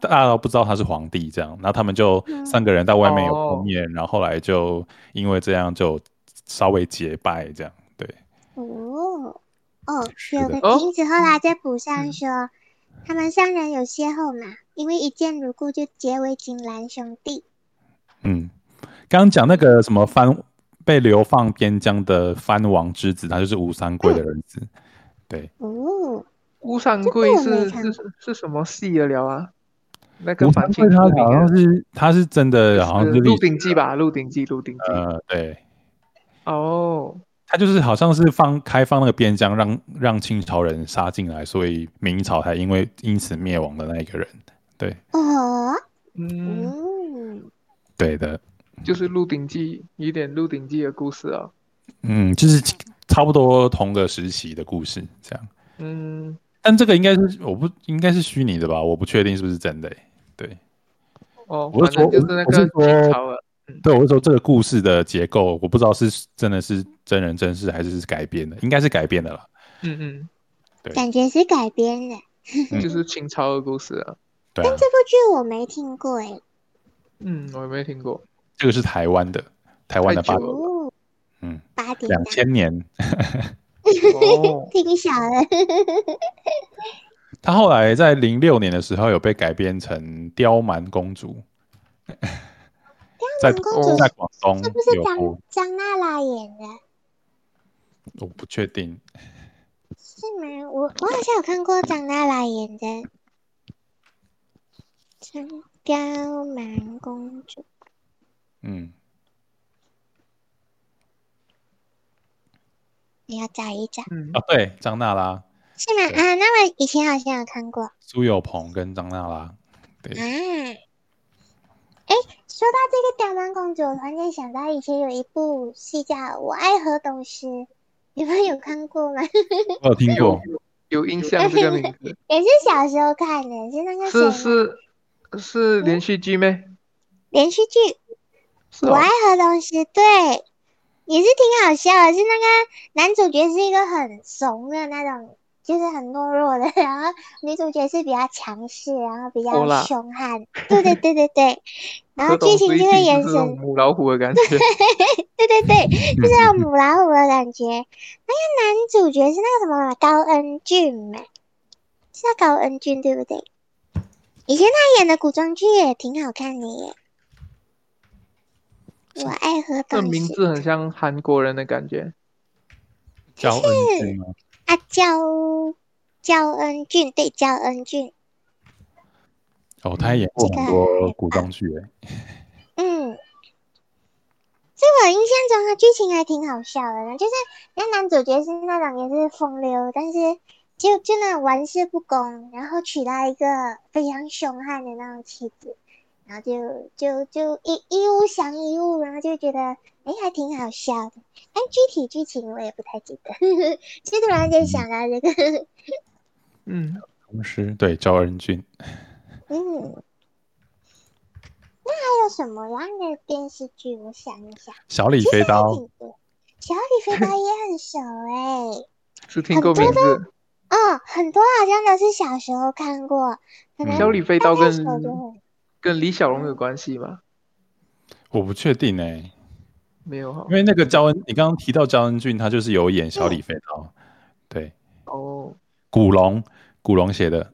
F: 大家都不知道他是皇帝这样。然后他们就
D: 嗯
F: 三个人在外面有
C: 哦
F: 碰面，然后后来就因为这样就稍微结拜这样。对，
D: 哦哦，
F: 是
D: 有
F: 的嗯
D: 个
C: 哦
D: 瓶子后来再补上说，他们三人有邂逅嘛，因为一见如故就结为锦兰兄弟。
F: 嗯，刚刚讲那个什么藩被流放边疆的藩王之子，他就是吴三桂的儿子。对，
D: 哦，
C: 乌山贵
D: 这个我
C: 是
D: 没看
C: 是是什么戏的聊啊？那个
F: 吴
C: 反
F: 三
C: 清
F: 桂
C: 复
F: 他
C: 明
F: 好
C: 啊
F: 像是他是真的，好像
C: 是
F: 是
C: 《
F: 历
C: 鹿
F: 史
C: 鼎记》吧，《鹿鼎记》《鹿鼎记》
F: 呃，对。
C: 哦，
F: 他就是好像是放开放那个边疆，让让清朝人杀进来，所以明朝才因为因此灭亡的那一个人。对，
D: 哦，
C: 嗯，
D: 嗯，
F: 对的，
C: 就是《鹿鼎记》，有点《鹿鼎记》的故事哦。
F: 嗯，就是差不多同个时期的故事这样。
C: 嗯，
F: 但这个应该是我不应该是虚拟的吧？我不确定是不是真的、欸。对
C: 哦，
F: 我
C: 反
F: 是说
C: 正就是那
F: 我是
C: 个
F: 说
C: 清朝的，
F: 对，我是说这个故事的结构，我不知道是真的是真人真事还是是改编的，应该是改编的啦。
C: 嗯
F: 对
D: 感觉是改编的。
F: 嗯
C: 嗯，就是清朝的故事啊。
F: 对啊
D: 哎但，这部剧我没听过诶。
C: 嗯，我也没听过。
F: 这个是台湾的，台湾的
C: 太
F: 八
C: 久了
D: 哦，
F: 嗯
D: 八点
F: 两
D: 档，
F: 千年，
C: 哦，
D: 挺小 的。
F: 他后来在零六年的时候有被改编成《刁蛮公主》在，
D: 公主
F: 在广东
D: 这不是
F: 有
D: 张
F: 播，
D: 张娜拉演的，
F: 我不确定。
D: 是吗？我我好像有看过张娜拉演的《张刁蛮公主》。
F: 嗯，
D: 你要找一找，
C: 嗯
F: 啊，对，张娜拉、
D: 是吗？
F: 对
D: 啊，那我以前好像有看过啊。
F: 苏有朋跟张娜拉，对，
D: 哎，说到这个刁蛮公主，我突然间想到以前有一部戏叫《我爱河东狮》，你们有看过吗？
F: 我有听过。
C: 有印
D: 哎
C: 象这个名字，
D: 也是小时候看的，是那个
C: 是
D: 谁吗
C: 是是连续剧咩？
D: 连续剧
C: 是
D: 我
C: 哦
D: 爱，喝东西，对，也是挺好笑的。是那个男主角是一个很怂的那种，就是很懦弱的， 然后女主角是比较强势，然后比
C: 欧
D: 较
C: 拉
D: 凶悍。对对对对对， 然后
C: 这种
D: 剧情
C: 追
D: 就
C: 剧
D: 会
C: 就是
D: 延
C: 这种
D: 伸，
C: 母老虎的感 觉。
D: 对 对对，
F: 嗯
D: 就是那种母老虎的感觉。那个男主角是那个什么高恩俊嘛，是叫高恩俊对不对？以前他演的古装剧也挺好看的耶。我爱喝
C: 这
D: 东
C: 名
D: 西。
C: 字很像韩国人的感觉。
F: 焦恩君吗？
D: 啊，焦焦恩俊，对，焦恩俊，
F: 哦，他也演过很多古装剧诶。
D: 嗯，在我印象中，他剧情还挺好笑的呢，就是那男主角是那种也是风流，但是就就那种玩世不恭，然后娶到一个非常凶悍的那种妻子，然后就就就一一物降一物，然后就觉得哎还挺好笑的，但具体剧情我也不太记得， 就突然间想到这个，
C: 嗯，
F: 同时对焦恩君，
D: 嗯，那还有什么样的电视剧？我想一想，
F: 小李飞
D: 还
F: 刀
D: 挺多。小李飞刀也很熟哎、
C: 是听过名字。
D: 哦，很多好像都是小时候看过，可能
F: 嗯
C: 小李飞刀
D: 大概
C: 跟
D: 熟就会。
C: 跟李小龙有关系吗？
F: 我不确定诶，
C: 没有哈
D: 哦嗯
F: 因。为那个焦恩，你刚刚提到焦恩俊，他就是有演小李飞刀，对，
C: 哦
F: 古龙古龙写的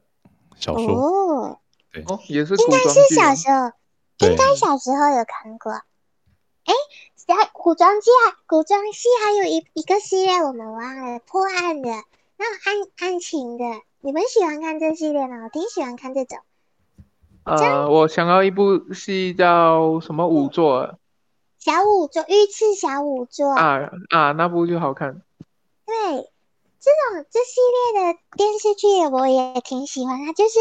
F: 小说，
D: 哦，
C: 哦，也是古
D: 应该
C: 装
D: 是
C: 剧
D: 小
C: 吗。
D: 时候，
F: 对
D: 应该小时候有看过。哎，在古装剧啊，古装戏还有一一个系列我们忘了，破案的，那种案案情的，你们喜欢看这系列吗？我挺喜欢看这种。
C: 呃，我想到一部戏叫什么仵作啊
D: 小仵作，御赐小仵作，
C: 啊啊，那部就好看。
D: 对，这种这系列的电视剧我也挺喜欢，它就是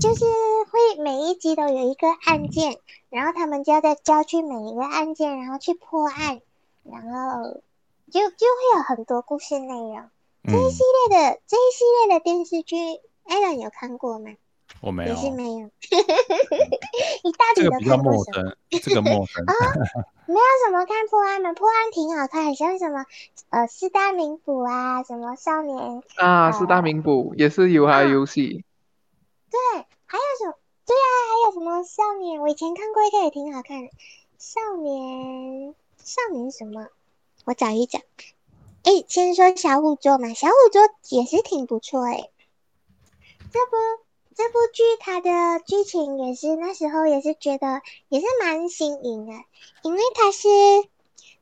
D: 就是会每一集都有一个案件，然后他们就要再就要去每一个案件，然后去破案，然后就就会有很多故事内容。
F: 嗯，
D: 这类的这一系列的电视剧，Alan 有看过吗？
F: 我没
D: 也是
F: 有，
D: 没有， 你到底
F: 这
D: 都
F: 个比较
D: 看过
F: 陌
D: 什么？
F: 生，这个陌 生，
D: 没有什么看破案吗？破案挺好看，像什么呃四大名捕啊，什么少年
C: 啊，是大名捕，也是有他的游戏。
D: 嗯对，还有什么？对啊，还有什么少年？我以前看过一个也挺好看的，少年少年什么？我找一找。哎，先说小仵作嘛，小仵作也是挺不错哎。这部这部剧它的剧情也是那时候也是觉得也是蛮新颖的，因为它是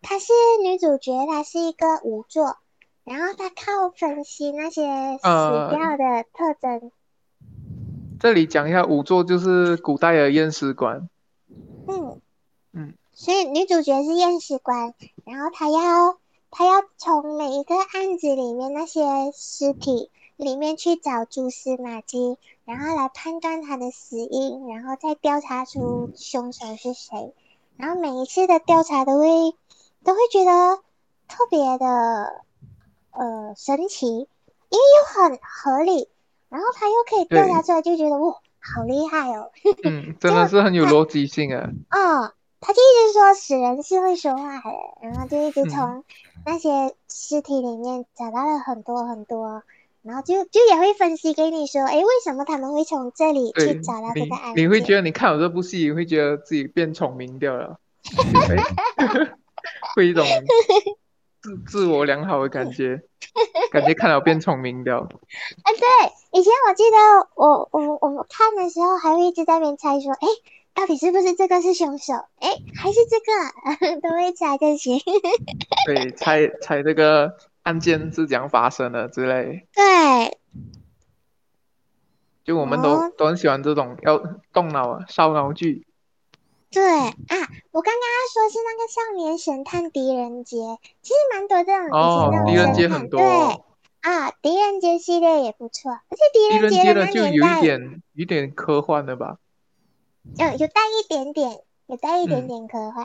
D: 它是女主角，她是一个仵作，然后她靠分析那些
C: 呃
D: 死掉的特征。
C: 这里讲一下，仵作就是古代的验尸官。
D: 嗯，
C: 嗯，
D: 所以女主角是验尸官，然后她要她要从每一个案子里面那些尸体里面去找蛛丝马迹，然后来判断他的死因，然后再调查出凶手是谁。然后每一次的调查都会都会觉得特别的呃神奇，因为又很合理，然后他又可以调查出来，就觉得哇、好厉害哦。
C: 嗯，真的是很有逻辑性啊。
D: 哦，他就一直说死人是会说话的，然后就一直
C: 嗯
D: 从那些尸体里面找到了很多很多，然后就就也会分析给你说，哎，为什么他们会从这里
C: 对
D: 去找到这个案
C: 你，
D: 件？
C: 你会觉得你看我这部戏，会觉得自己变聪明掉 了，哎会一种自自我良好的感觉， 感觉看了变聪明掉。
D: 哎，对，以前我记得我我们我们看的时候还会一直在那边猜说，哎，到底是不是这个是凶手？哎，还是这个， 都会猜这些。
C: 对，猜猜这个案件是怎样发生的之类，
D: 对，
C: 就我们都、
D: 哦
C: 都很喜欢这种要动脑啊、烧脑剧。
D: 对啊，我刚刚说是那个少年神探狄仁杰，其实蛮多这种以前
C: 哦
D: 那，种
C: 狄仁
D: 神
C: 杰
D: 探
C: 很多，哦
D: 对啊，狄仁杰系列也不错，而且狄
C: 狄仁
D: 仁
C: 杰
D: 杰的
C: 的
D: 那
C: 就
D: 年
C: 有一
D: 代，
C: 点有一点科幻的吧。
D: 嗯，有带一点点，有带一点
C: 嗯
D: 点科幻。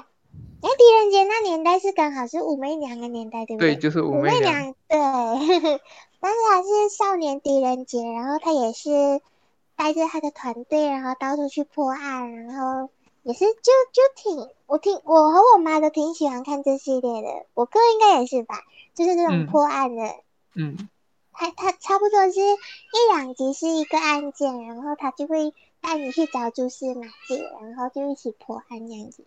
D: 哎，狄仁杰那年代是刚好是武媚娘的年代，对不
C: 对，就是武
D: 武
C: 媚
D: 媚
C: 娘。
D: 娘对， 但是他是少年狄仁杰，然后他也是带着他的团队，然后到处去破案，然后也是就就挺我挺我和我妈都挺喜欢看这系列的，我哥应该也是吧，就是这种
C: 嗯
D: 破案的，
C: 嗯，
D: 他他差不多是一两集是一个案件，然后他就会带你去找蛛丝马迹，然后就一起破案这样子。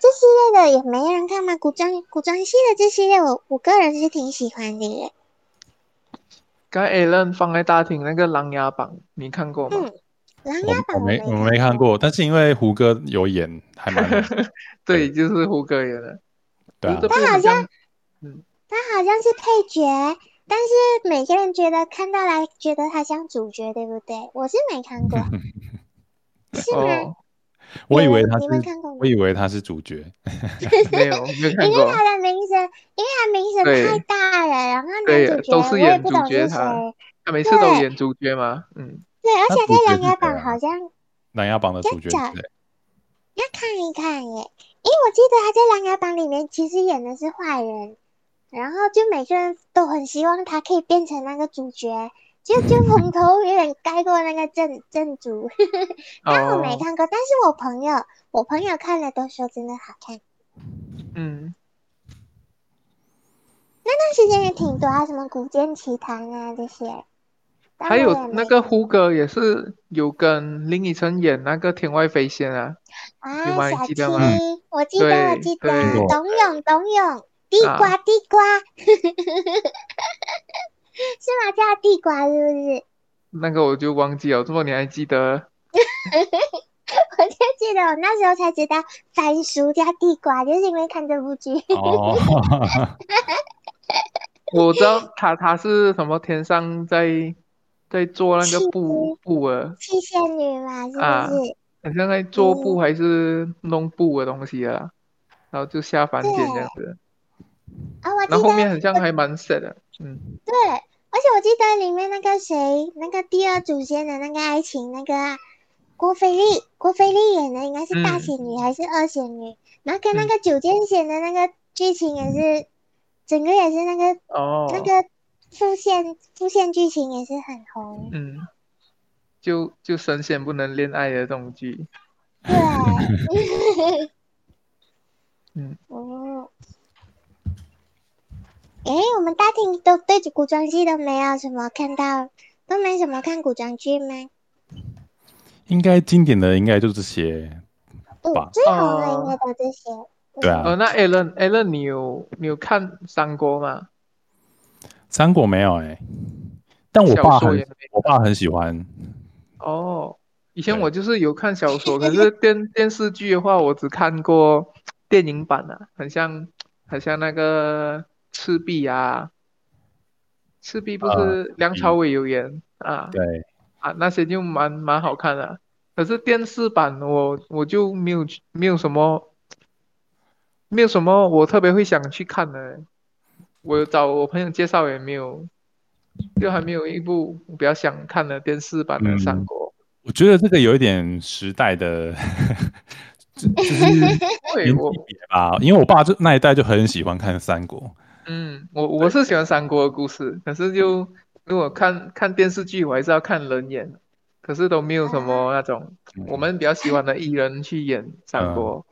D: 这系列的也没人看吗？古装古装戏的这系列我，我个人是挺喜欢的耶。
C: 刚才 Alan 放在大厅那个《琅琊榜》，你看过吗？
D: 嗯琅琊
F: 我我
D: 榜
F: 没
D: 我
F: 我没看，过，但是因为胡歌有演，还 蛮
C: 对，就是胡歌演的。
F: 对啊
C: 胡歌。
D: 他好
C: 比较
D: 像他好像是配角，但是每个人觉得看到来觉得他像主角，对不对？我是没看 过，是吗？
C: 哦，
F: 我以
D: 你
F: 为
D: 们
F: 他
D: 你们
F: 是，
D: 看过吗
F: 我？以为他是主角，
C: 没有没有看
D: 因为
C: 过。
D: 他的名声，因为他名声
C: 对
D: 太大了，然后
C: 对
D: 男主角
C: 都是
D: 我也
C: 演
D: 不
C: 主
D: 懂
C: 角
D: 是
C: 他
D: 谁。
C: 他每次都
D: 对
C: 演主角嘛。嗯，
D: 对，而
F: 他主
D: 且
F: 角
D: 在
F: 是
D: 琅琊
F: 谁
D: 榜
F: 啊
D: 好像
F: 琅琊榜的主角
D: 真假
F: 之类
D: 要看一看耶，因为我记得他在琅琊榜里面其实演的是坏人，然后就每个人都很希望他可以变成那个主角，就就风头有点盖过那个正正主。 但我没
C: 哦，
D: 看过，但是我朋友我朋友看了都说真的好看。
C: 嗯，
D: 那段时间也挺多啊，什么《古剑奇谭》啊这些。但
C: 还
D: 我
C: 有
D: 也没
C: 那个胡歌也是有跟林依晨演那个《天外飞仙》啊。你们还
D: 啊，小
C: 记
D: 七
C: 得吗，
D: 我记得，我
C: 对
D: 记
C: 对
D: 得，
F: 听过
D: 董永，董永，地
C: 啊
D: 瓜，地瓜， 是吗？叫地瓜是不是？
C: 那个我就忘记了，这么你还记得？
D: 我就记得我那时候才知道番薯叫地瓜，就是因为看这部剧。
F: 的。哦，
C: 我知道他他是什么天上在在做那个布布啊，
D: 七仙女嘛，是不是？
C: 啊好像在做布还是弄布的东西啊，然后就下凡间这样
D: 哦
C: 子，
D: 啊，我记
C: 然后后面
D: 得，
C: 好像还蛮 sad 的，嗯，
D: 对，而且我记得里面那个谁，那个第二祖先的那个爱情那个啊郭菲丽，郭菲丽演的应该是大
C: 嗯
D: 仙女还是二仙女，然后跟那个九剑仙的那个剧情也是，整个也是那个
C: 哦，
D: 那个副线副线剧情也是很红，
C: 嗯，就就神仙不能恋爱的这种剧，
D: 对，啊
C: 嗯，
D: 哦，诶，我们大厅都对古装剧都没有什么看到，都没什么看古装剧吗？
F: 应该经典的应该就这些，
D: 嗯
F: 吧，
D: 最红的应
C: 哦
D: 该都这些，
F: 对啊。
C: 呃，那 Alan Alan 你有你有看三国吗？
F: 三国没有哎、但我爸
C: 小说也
F: 很
C: 没
F: 我爸很喜欢，
C: 哦，以前
F: 对
C: 我就是有看小说，可是电电视剧的话，我只看过电影版的、啊，很像很像那个赤壁啊，赤壁不
F: 啊
C: 是梁朝伟有演啊
F: 对，
C: 啊，那些就蛮蛮好看的。可是电视版我我就没有去没有什么没有什么我特别会想去看的，我找我朋友介绍也没有，就还没有一部我比较想看的电视版的三
F: 嗯
C: 国。
F: 我觉得这个有一点时代的，就就是
C: 对
F: 年
C: 我
F: 嗯纪，别吧，因为我爸这那一代就很喜欢看三国，
C: 嗯，我我是喜欢三国的故事，可是就如果看看电视剧，我还是要看人演，可是都没有什么那种我们比较喜欢的艺人去演三国。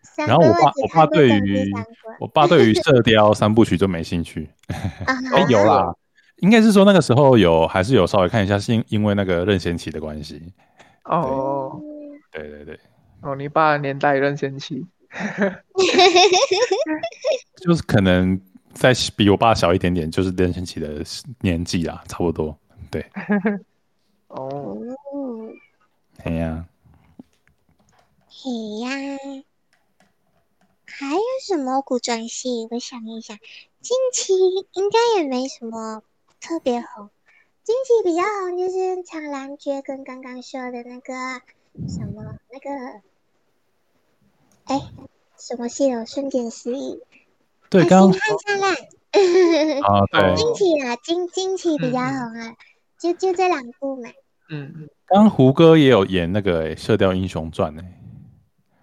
D: 三
F: 然后我
D: 哥
F: 爸
D: 只
F: 我
D: 看
F: 爸
D: 过
F: 对
D: 正剧
F: 于
D: 三国
F: 我爸对于《射雕》三部曲就没兴 趣。
D: 啊
F: 哎、
D: 哈，
F: 有啦，应该是说那个时候有，还是有稍微看一下，是因因为那个任贤齐的关系。
C: 哦
F: 对对对，
C: 哦，你爸的年代任贤齐，
F: 就是可能在比我爸小一点点，就是任贤齐的年纪啦，差不多。
C: 哦，
D: 嗯，
F: 哎呀、
D: 嘿呀，还有什么古装戏？我想一想，近期应该也没什么特别红。近期比较红就是《长兰诀》跟刚刚说的那个什么那个，哎，什么戏哦？瞬间失忆。
F: 对，
D: 哎
F: 刚
D: 星汉灿 烂。
F: 啊，对，
D: 近期啦，近近期比较红啊，就就这两部嘛。
C: 嗯，
F: 刚胡歌也有演那个、欸《射雕英雄传》呢。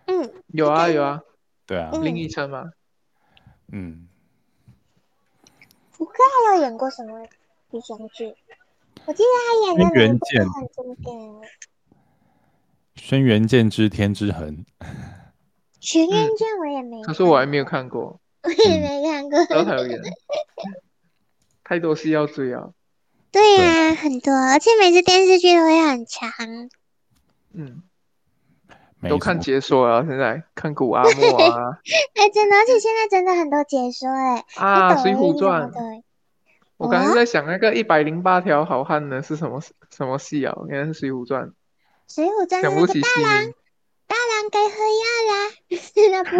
D: 嗯，
C: 有啊有啊，
F: 对啊，
D: 嗯
C: 林依晨嘛，
F: 嗯，
D: 胡歌还有演过什么古装剧？我记得他演的每一部都很经典。
F: 轩辕剑之天之痕，
D: 寻人卷我也没，
C: 嗯可是 我嗯还没有看过，
D: 我也
F: 嗯
D: 没看过。
C: 然后他有演，太多戏要追啊，
D: 对呀、很多，而且每次电视剧都会很长。
C: 嗯，
F: 没
C: 都看
F: 错
C: 解说啊，现在看古阿莫 啊
D: 哎，真的，而且现在真的很多解说哎，
C: 啊，
D: 抖
C: 水
D: 音
C: 浒
D: 什
C: 传
D: 么》。的。
C: 我刚才在想那个一百零八条好汉呢是什么什么戏啊？原来是《水浒传》，
D: 水浒传》
C: 想
D: 那
C: 不
D: 个
C: 起
D: 呃大
C: 戏
D: 郎
C: 名。
D: 大郎该喝药啦， 是那部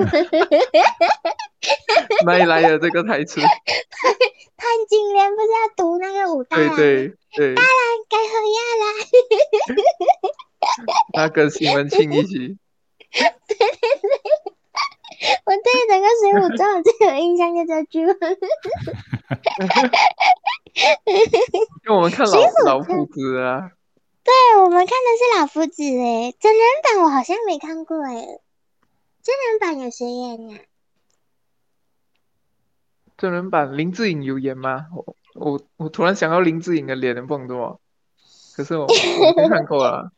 C: 哪里来的这个台 词？
D: 潘金莲不是要读那个武大
C: 对
D: 郎
C: 对对，
D: 该喝药啦。
C: 他跟西门庆一起。
D: 我对整个《水浒传》我最有印象就这句话。
C: 因为我们看老
D: 水浒
C: 老
D: 传
C: 夫子啊，
D: 对，我们看的是老夫子诶，真人版我好像没看过诶。真人版有谁演啊呀、
C: 真人版林志颖有演吗？我我我突然想到林志颖的脸，不懂怎么？可是我我已经看过啊 了，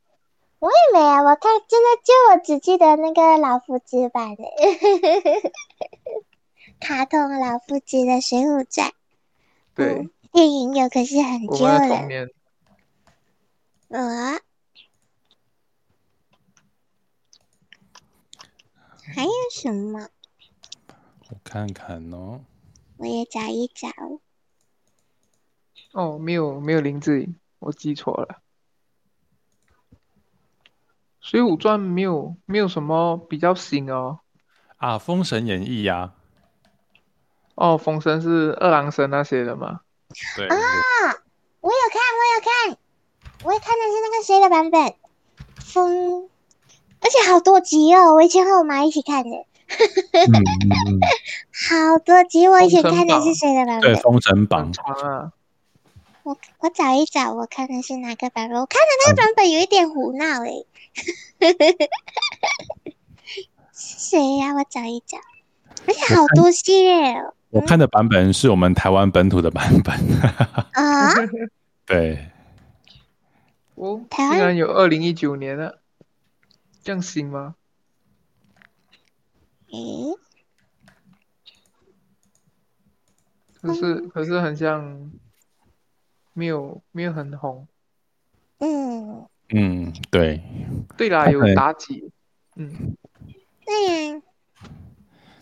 D: 我也没啊，我看真的就我只记得那个老夫子版的，卡通老夫子的《水浒传》嗯
C: 对，
D: 电影有，可是哦很
C: 我
D: 久
C: 们的童
D: 了。
C: 年。
D: 我还有什么？
F: 我看看哦。
D: 我也找一找。
C: 哦，没有没有林志颖，我记错了，《水浒传》没有没有什么比较新哦。
F: 啊，《封神演义》呀，
C: 哦，风声是二郎神那些的嘛？
F: 对，
D: 啊我有看，我有看，我也看的是那个谁的版本，风，而且好多集哦，我以前和我妈一起看的，
F: 嗯嗯嗯，
D: 好多集，我以前
C: 风
D: 看
C: 声
D: 的
C: 榜
D: 是谁的版
F: 对，
D: 本
F: 《封神榜
C: 很》长啊。
D: 我我找一找，我看的是哪个版本，我看的那个版本有一点胡闹欸诶、 是谁呀、我找一找，而且好多系列哦，
F: 我看的版本是我们台湾本土的版本，
D: 啊，
F: 对，
C: 哦，
D: 台
C: 竟
D: 湾
C: 然有二零一九年了，这样新吗？
D: 诶，
C: 可是
D: 嗯
C: 可是很像，没有没有很红。
D: 嗯，
F: 嗯，对，
D: 啊
C: 对啦，
F: 他
C: 有
F: 可能
C: 妲己，嗯，
D: 对呀、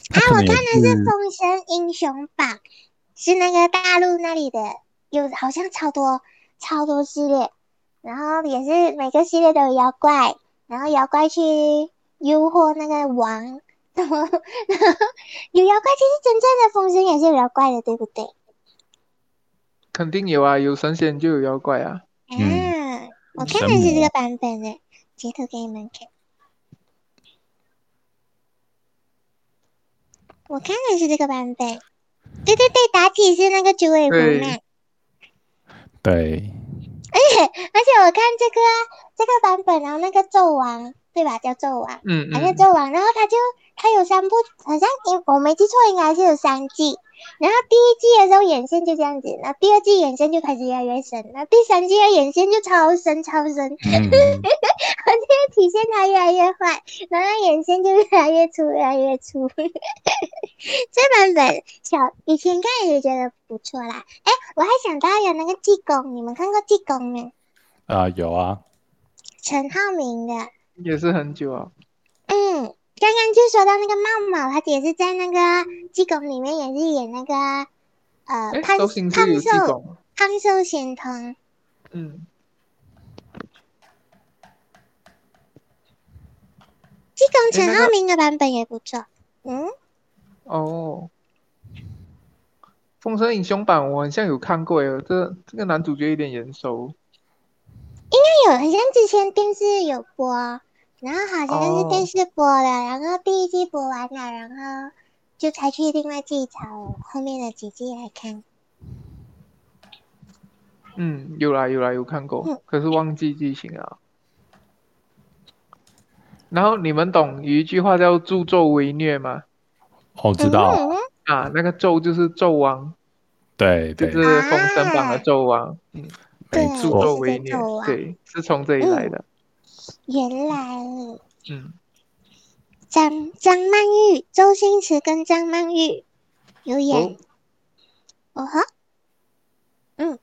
F: 他
D: 啊
F: 可
D: 我
F: 能也
D: 是
F: 是
D: 《封神英雄榜》，是那个大陆那里的，有好像超多超多系列，然后也是每个系列都有妖怪，然后妖怪去诱惑那个王，然后 然后有妖怪，其实真正的封神也是有妖怪的，对不对？
C: 肯定有啊，有神仙就有妖怪啊。
F: 嗯
D: 啊，我看
F: 神
D: 的是这
F: 魔
D: 个版本的，截图给你们看。我看的是这个版本，对对对，妲己是那个九尾狐
C: 对
D: 嘛。
F: 对，
D: 而且我看这个啊这个版本，然后那个纣王对吧？叫纣王，
C: 嗯
D: 好像
C: 嗯，
D: 纣王，然后他就他有三部，好像应我没记错，应该是有三季。然后第一季的时候眼线就这样子，然后第二季眼线就开始越来越深，然后第三季的眼线就超深超深，
F: 嗯，
D: 就体现它越来越坏，然后眼线就越来越粗越来越粗。 这版本小以前看也觉得不错啦，哎，我还想到有那个济公，你们看过济公没？
F: 啊、有啊，
D: 陈浩民的。
C: 也是很久啊。
D: 嗯，刚刚就说到那个茂茂，他也是在那个《济公》里面也是演那个呃
C: 哎，
D: 胖
C: 周星
D: 胖
C: 驰有济
D: 瘦
C: 公，
D: 胖瘦贤童，
C: 嗯，哎
D: 济公
C: 那
D: 陈
C: 个
D: 浩民的版本也不错。嗯，
C: 哦，《封神英雄榜》我好像有看过耶，这这个男主角有点眼熟。
D: 那有好像之前电视有播，然后好像是电
C: 哦
D: 视播的，然后第一季播完了，然后就才去另外季找后面的几季来看。
C: 嗯，有啦有啦有看过
D: 嗯，
C: 可是忘记剧情了。然后你们懂有一句话叫“助纣为虐”吗？
F: 哦我、知道，
D: 嗯
C: 啊，那个纣就是纣王，
F: 对
C: 就
F: 对，
C: 是封神榜的
D: 啊
C: 纣王，嗯，
F: 没
D: 对啊
C: 助
D: 我
F: 错，
C: 纣为虐
D: 就是纣，王
C: 对，是从这里来的。
D: 原来
C: 嗯，
D: 张张曼玉、周星驰跟张曼玉有演
C: 哦，
D: 哦哈，嗯，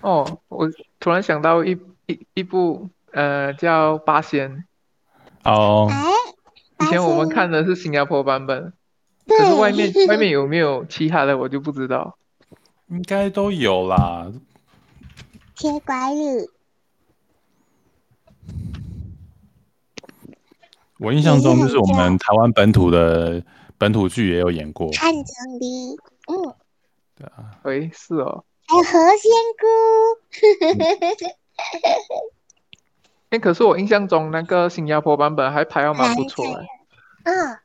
C: 哦，我突然想到一一一部呃叫《八仙》，
F: 哦，
D: 哎，
C: 以前我们
D: 发现
C: 看的是新加坡版本，
D: 对
C: 可是外面外面有没有其他的我就不知道。
F: 应该都有啦，
D: 铁拐李，
F: 我印象中就是我们台湾本土的本土剧也有演过，
D: 看整理，嗯，
F: 对啊，
C: 喂，是哦，
D: 还有何仙姑，
C: 哎，可是我印象中那个新加坡版本还排到蛮不错
D: 蛮
C: 哎，
D: 嗯，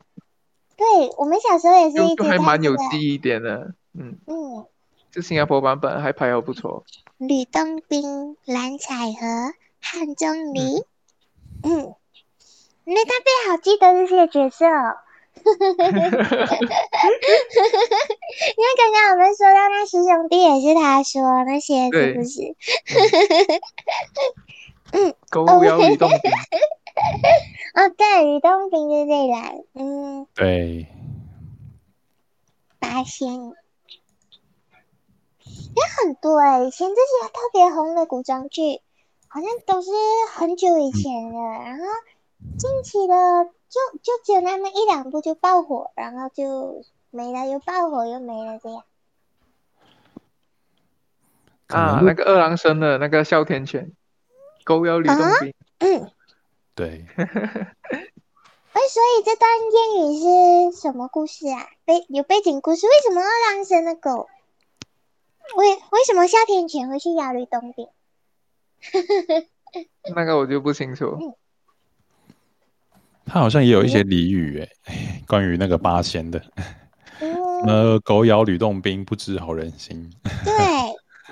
D: 对我们小时候也是
C: 就
D: 一直
C: 就还
D: 看
C: 蛮有
D: 这个
C: 记忆点的，嗯，
D: 嗯，
C: 就新加坡版本还排到不错。
D: 吕洞宾、蓝采和、汉钟离，嗯，那大贝好记得这些角色哦。因为刚刚我们说到那师兄弟也是他说那些，是不
C: 对
D: 是？
C: 狗咬吕洞宾，
D: 哦，对，吕洞宾就这里来，嗯，
F: 对，
D: 八仙有很多哎、以前这些特别红的古装剧，好像都是很久以前的，然后近期的就就只有那么一两部就爆火，然后就没了，又爆火又没了这样。
F: 可能
C: 啊，那个二郎神的那个哮天犬，狗咬吕洞宾，
D: 嗯，
F: 对，
D: 哎，所以这段谚语是什么故事啊？背有背景故事？为什么二郎神的狗？为为什么哮天犬会去咬吕洞宾？
C: 那个我就不清楚。
F: 他好像也有一些俚语诶、哎 关于那个八仙的，
D: 嗯，
F: 呃，狗咬吕洞宾，不知好人心，
D: 对，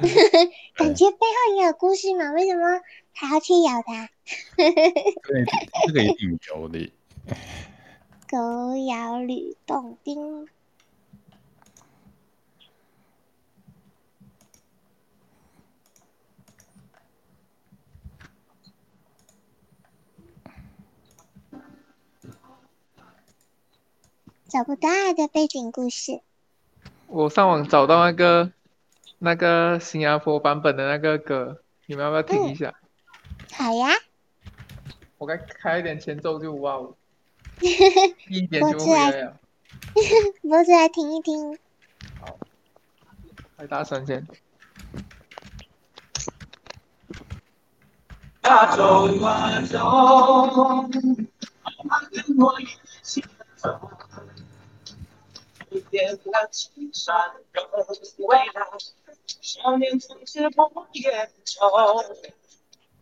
D: 感觉背后也有故事嘛？为什么他要去咬它？
F: 对，这个一定有的，
D: 狗咬吕洞宾。找不到它的背景故事，
C: 我上网找到那个那个新加坡版本的那个歌，你们要不要听一下？
D: 好呀，
C: 我该开一点前奏就哇 哦，一点
D: 我
C: 就
D: 最
C: 回
D: 爱
C: 来了，
D: 我只来听一听。
C: 太大声先。
G: 大走马走，慢跟我一起走。一点那青山柔，未来少年总是不言愁。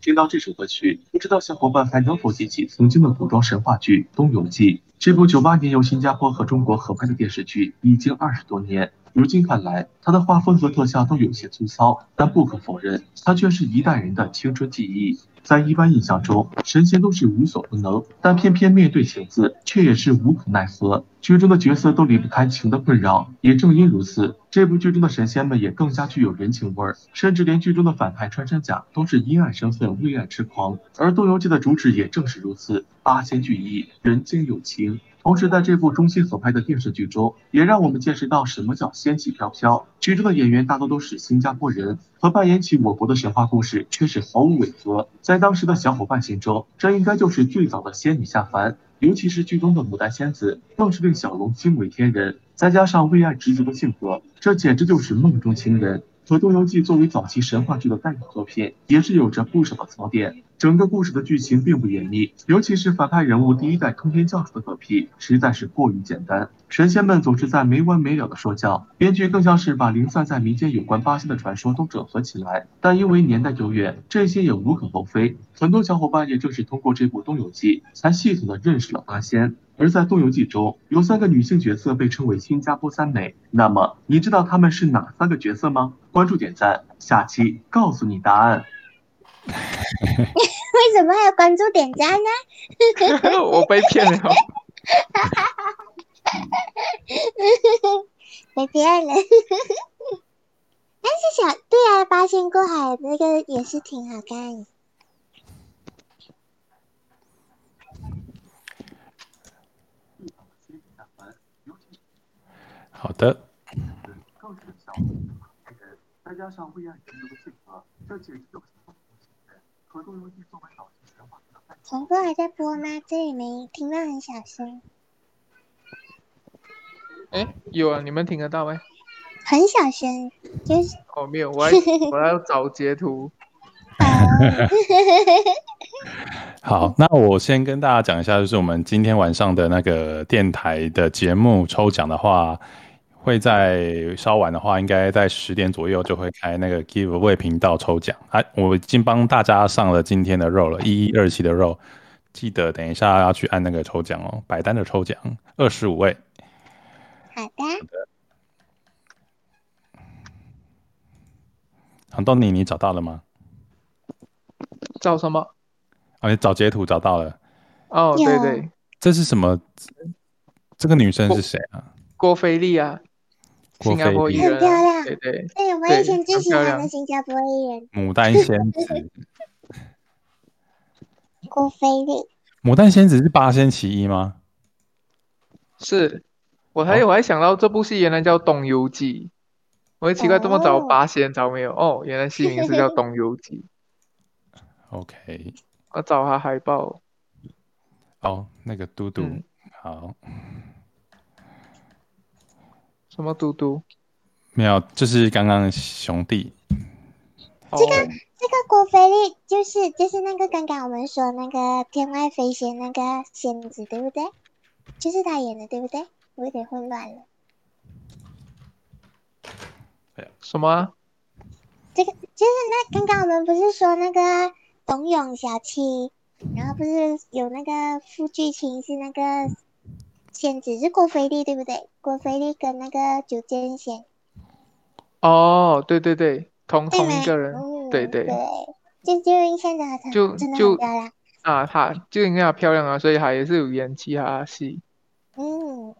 H: 听到这首歌曲，不知道小伙伴还能否记起曾经的古装神话剧《东游记》。这部九八年由新加坡和中国合拍的电视剧已经二十多年，如今看来，它的画风和特效都有些粗糙，但不可否认，它却是一代人的青春记忆。在一般印象中，神仙都是无所不能，但偏偏面对情字，却也是无可奈何。剧中的角色都离不开情的困扰，也正因如此，这部剧中的神仙们也更加具有人情味儿，甚至连剧中的反派穿山甲都是因爱生恨，为爱痴狂。而《东游记》的主旨也正是如此，八仙聚义，人间有情。同时，在这部中信所拍的电视剧中，也让我们见识到什么叫仙气飘飘。剧中的演员大多都是新加坡人，和扮演起我国的神话故事却是毫无违和。在当时的小伙伴心中，这应该就是最早的仙女下凡。尤其是剧中的牡丹仙子，更是令小龙惊为天人。再加上为爱执着的性格，这简直就是梦中情人。和《东游记》作为早期神话剧的代表作品，也是有着不少的槽点。整个故事的剧情并不严密，尤其是反派人物第一代通天教主的嗝屁，实在是过于简单。神仙们总是在没完没了的说教，编剧更像是把零散在民间有关八仙的传说都整合起来。但因为年代久远，这些也无可厚非。很多小伙伴也正是通过这部《东游记》，才系统的认识了八仙。而在《东游记》中，有三个女性角色被称为新加坡三美。那么，你知道她们是哪三个角色吗？关注点赞，下期告诉你答案。
D: 为什么还要关注点赞呢？
C: 我被骗了，
D: 被骗了。但是哎小对啊，八仙过海那个也是挺好看的。
F: 好的，
H: 更是小人，再加上为爱执着的性格，这简直就是梦中情人。和《东游记》作为早期神话剧的代表
D: 重播还在播吗？这里没听到很小声，
C: 哎，有啊，你们听得到没？
D: 很小声，就是
C: 哦，没有， 我还我还要找截图。
D: 哦
F: 好，那我先跟大家讲一下，就是我们今天晚上的那个电台的节目抽奖的话，会在稍晚的话，应该在十点左右就会开那个 giveaway 频道抽奖。哎，我已经帮大家上了今天的肉了，一一二七的肉，记得等一下要去按那个抽奖哦，百单的抽奖，二十五位。
D: 好的，
F: 唐豆尼，你找到了吗？
C: 找什么？
F: 啊，你找截图找到了，
C: 哦，
D: 有
C: 对对，
F: 这是什么？这个女生是谁啊？
C: 郭菲丽啊，
F: 郭
C: 新
F: 菲
C: 加坡艺
F: 丽，
D: 很
C: 人
D: 漂
C: 啊，
D: 亮
C: 对对，
D: 对我
C: 对
D: 以前最
C: 很
D: 喜
C: 漂
D: 欢的
C: 亮
D: 新加坡艺人
F: 牡丹仙子。
D: 郭菲丽，
F: 牡丹仙子是八仙其一吗？
C: 是。我还有我还想到这部戏原来叫《东游记》，我也奇怪这么早
D: 哦
C: 八仙找没有？哦，原来戏名是叫《东游记》，
F: OK，
C: 我找下海报。
F: 哦，那个嘟嘟，
C: 嗯
F: 好，
C: 什么嘟嘟？
F: 没有，就是刚刚兄弟，
C: 哦，
D: 这个郭菲丽就是就是那个刚刚我们说那个天外飞仙那个仙子，对不对？就是她演的，对不对？我有点混乱了。
C: 什么啊？
D: 这个就是那刚刚我们不是说那个董永小七，然后不是有那个傅巨青是那个仙子是郭菲丽，对不对？郭菲丽跟那个九剑仙，
C: 哦，对对对，同
D: 对
C: 同
D: 吗？
C: 一个人
D: 嗯，
C: 对对
D: 对，就就印象中她
C: 就
D: 真的
C: 就
D: 很漂亮，
C: 啊，她就因为她漂亮啊，所以她也是有演其他戏。
D: 嗯，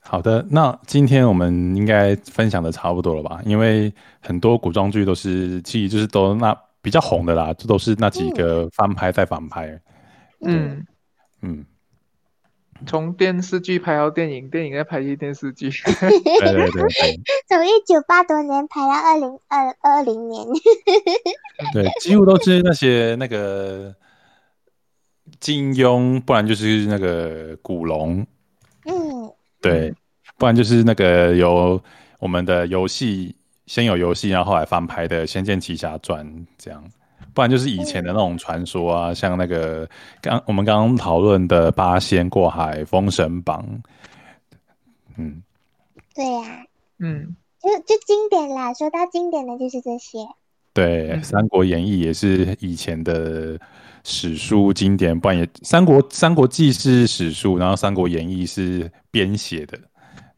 F: 好的，那今天我们应该分享的差不多了吧？因为很多古装剧都是，其实就是都那比较红的啦，这都是那几个翻拍再翻拍，
C: 嗯，
F: 嗯，
C: 从电视剧拍到电影，电影再拍去电视剧。
F: 对对对对
D: 从一九八多年排到二零二二零年，
F: 对，几乎都是那些那个金庸，不然就是那个古龙，
D: 嗯，
F: 对，不然就是那个由我们的游戏先有游戏，然后后来翻拍的《仙剑奇侠传》这样，不然就是以前的那种传说啊，像那个刚我们刚刚讨论的八仙过海、封神榜，嗯，
D: 对呀、
C: 嗯，
D: 就就经典啦。说到经典的就是这些，
F: 对，
C: 嗯
F: 三国演义》也是以前的史书经典，不然也《三国》《三国记》是史书，然后《三国演义》是编写的，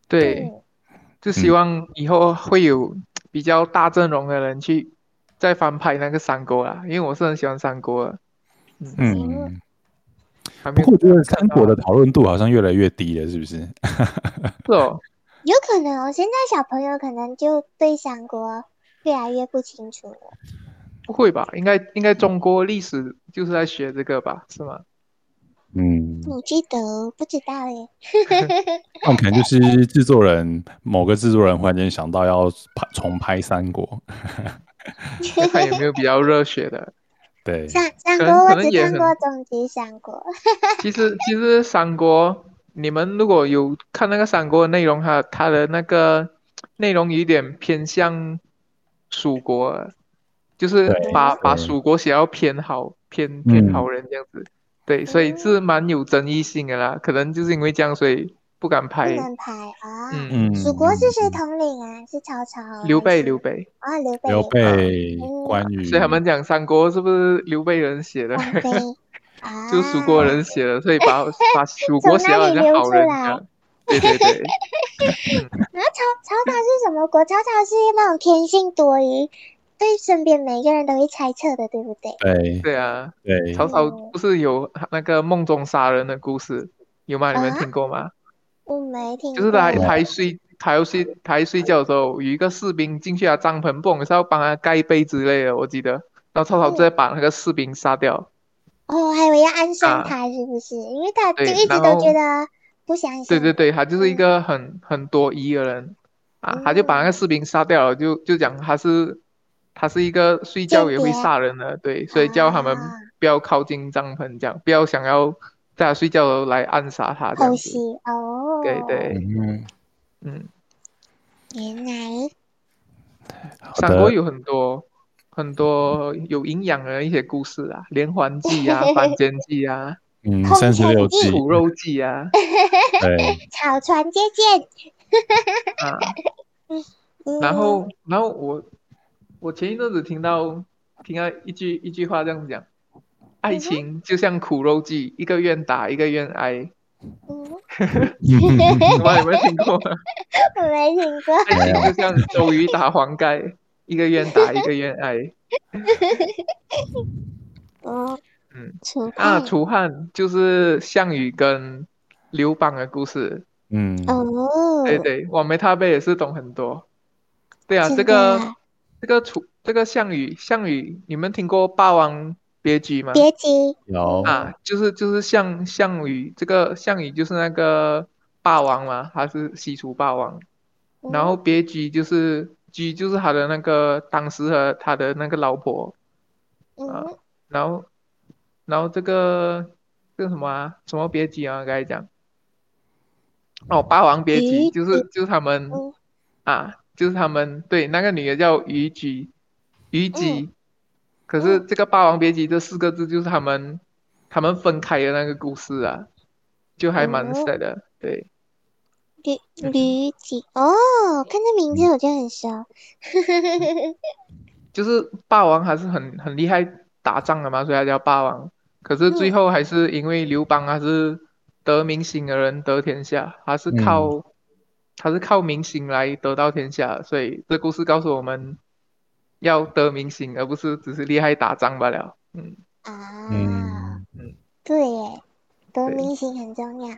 C: 对，就希望以后会有比较大阵容的人去再翻拍那个三国啦，因为我是很喜欢三国的。
D: 哦
F: 嗯，
C: 还没
F: 不
C: 有
F: 过我觉得
C: 看
F: 三
C: 到
F: 国的讨论度好像越来越低了，是不是？
C: 是哦，
D: 有可能哦，现在小朋友可能就对三国越来越不清楚了。
C: 不会吧？应该应该中国历史就是在学这个吧？是吗？
F: 嗯，
D: 你记得不知道耶？
F: 那我们可能就是制作人某个制作人忽然间想到要拍重拍三国，
C: 再看有没有比较热血的。
F: 对，
D: 三
C: 嗯
D: 三
C: 可
D: 国
C: 能可
D: 我
C: 能
D: 只
C: 也
D: 看
C: 很
D: 过终极三国，
C: 其实其实三国，你们如果有看那个三国的内容，它它的那个内容有一点偏向蜀国，就是
F: 对
C: 把把
F: 对
C: 蜀国写到偏好偏偏
F: 嗯
C: 好人这样子，对，所以是蛮有争议性的
F: 嗯
C: 啦。可能就是因为这样，所以不敢
D: 不
C: 拍。
D: 能拍啊。
C: 嗯，
F: 嗯，
D: 蜀国是谁统领啊？是曹操啊？
C: 刘备
D: 是
C: 刘备，
D: 啊，刘备。
F: 刘 备、
D: 嗯
F: 关羽，
C: 哦所以他们讲三国是不是刘备人写的？
D: 张飞。啊，
C: 就蜀国人写的，所以把把蜀国写到好像好人一样。对对对，
D: 然后曹曹操是什么国？曹操是那种天性多疑，对身边每个人都会猜测的，对不对？
F: 对
C: 对啊。
F: 对，
C: 曹操
D: 嗯
C: 不是有那个梦中杀人的故事，有吗？你们
D: 啊
C: 听过吗？
D: 我没听
C: 就
D: 过。
C: 是他
F: 有
C: 他还睡，他要睡，他还睡觉的时候，有一个士兵进去他帐篷，不懂是要帮他盖被之类的，我记得。然后曹操
D: 嗯
C: 直接把那个士兵杀掉，
D: 哦，还以为要暗算
C: 啊
D: 他，是不是？因为他就
C: 对
D: 一直
C: 然
D: 都
C: 后
D: 觉得不相信。
C: 对对对，他就是一
D: 嗯
C: 个很很多疑的人啊，他就把那个士兵杀掉了，就就讲他是他是一个睡觉也会
D: 间谍
C: 杀人的，对，所以叫他们
D: 啊
C: 不要靠近帐篷，这样不要想要在他睡觉的时候来暗杀他这样
D: 剖
C: 子，
D: 析哦。
C: 对。对，
F: 嗯，
C: 嗯。
D: 原来
F: 好
C: 三国
F: 的，
C: 有很多很多有营养的一些故 事啊，《连环计》啊，《反间计》啊，
F: 嗯，
D: 后
F: 三十六
D: 面
F: 计
C: 《土，肉计》 啊，
F: 对，
D: 草船借箭。
C: 啊，
D: 嗯、
C: 然后然后我我前一阵子听到听到一句一句话这样讲，
F: 嗯
C: 爱情就像苦肉计，一个愿打，一个愿挨。
D: 嗯，
C: 什么？有没有听 过？
D: 我没听过。
C: 爱情就像周瑜打黄盖，一个愿打，一个愿挨。
D: 哦，
C: 嗯，
D: 楚
C: 啊，
D: 汉。
C: 楚汉就是项羽跟刘邦的故事。
F: 嗯，
D: 哦。
C: 对对，我没他背也是懂很多。对啊，
D: 真
C: 这
D: 的
C: 个
D: 啊
C: 这个楚这个项羽项羽，你们听过《霸王别姬》吗？
D: 别急，
F: 有，
C: 啊，就是就是项项羽这个项羽就是那个霸王嘛，他是西楚霸王，
D: 嗯
C: 然后别姬就是姬就是他的那个当时和他的那个老婆，啊
D: 嗯，
C: 然后然后这个这个什么啊什么别姬啊，刚才讲哦，霸王别姬
D: 虞
C: 就是就是他们。
D: 嗯
C: 啊，就是他们对那个女的叫虞姬，虞姬，可是这个《霸王别姬》这四个字就是他们他们分开的那个故事啊，就还蛮
D: 哦
C: sad 的，对，
D: 驴驴几哦，看这名字
C: 嗯
D: 我就很熟。
C: 就是霸王还是很很厉害打仗的嘛，所以他叫霸王，可是最
D: 嗯
C: 后还是因为刘邦他是得民心的人得天下，他是
F: 嗯
C: 靠、他是靠民心来得到天下，所以这故事告诉我们要得民心，而不是只是厉害打仗罢了，嗯。
D: 啊，
F: 嗯，
D: 对耶，得
C: 对
D: 明星很重要。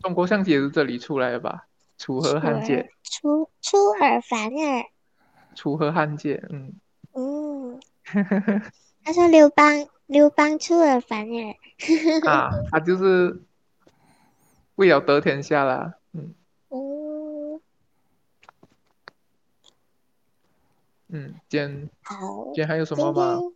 C: 中国象棋也是这里出来的吧？楚河汉界，
D: 出出尔反尔，
C: 楚河汉界， 嗯，
D: 嗯，他说刘邦刘邦出尔反尔，
C: 啊，他就是为了得天下啦，嗯
D: 嗯，
C: 嗯，今天
D: 好
C: 今，天还有什
D: 今
C: 么吗？
D: 天。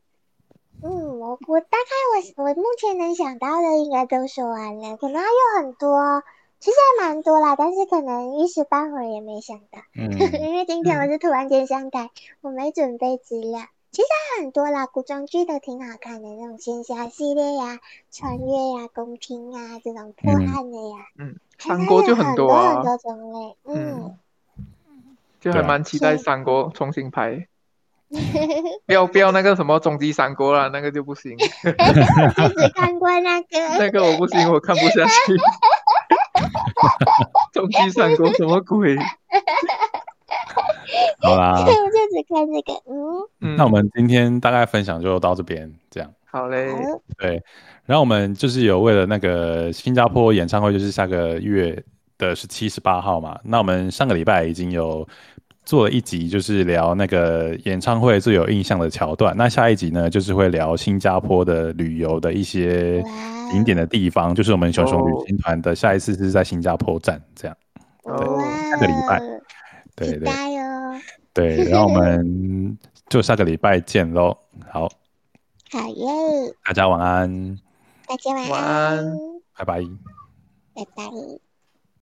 D: 嗯，我我大概我我目前能想到的应该都说完了，可能还有很多，其实还蛮多啦，但是可能一时半会儿也没想到。
F: 嗯，
D: 因为今天我是突然间想改，我没准备资料。其实还很多啦，古装剧都挺好看的，那种仙侠系列呀、穿越呀、宫廷呀这种破
F: 嗯
D: 案的呀，
C: 嗯，
D: 其实
C: 三国
D: 还
C: 就
D: 有很
C: 多啊
D: 很，多种类。嗯，
F: 对
C: 就还
F: 啊
C: 蛮期待
D: 是
C: 三国重新 拍，不要不要那个什么终极三国啦，那个就不 行，
D: 我就只看过那个，
C: 那个我不行，我看不下 去。 终极三国什么鬼？
F: 好 啦
D: 所以，我就只看这个，嗯，
C: 嗯，
F: 那我们今天大概分享就到这边，这样。
C: 好嘞，
D: 好，
F: 对，然后我们就是有为了那个新加坡演唱会，就是下个月的是七十八号嘛。那我们上个礼拜已经有做了一集，就是聊那个演唱会最有印象的桥段。那下一集呢，就是会聊新加坡的旅游的一些
D: 哇
F: 景点的地方，就是我们熊熊
C: 哦
F: 旅行团的下一次是在新加坡站，这样。
C: 哦，
D: 哇，
F: 下个礼拜对
D: 期
F: 对
D: 待哦，
F: 对，然后我们就下个礼拜见喽。好，
D: 好耶，
F: 大家晚安，
D: 大家晚
C: 晚
D: 安
C: 安，
F: 拜拜。
D: 拜拜。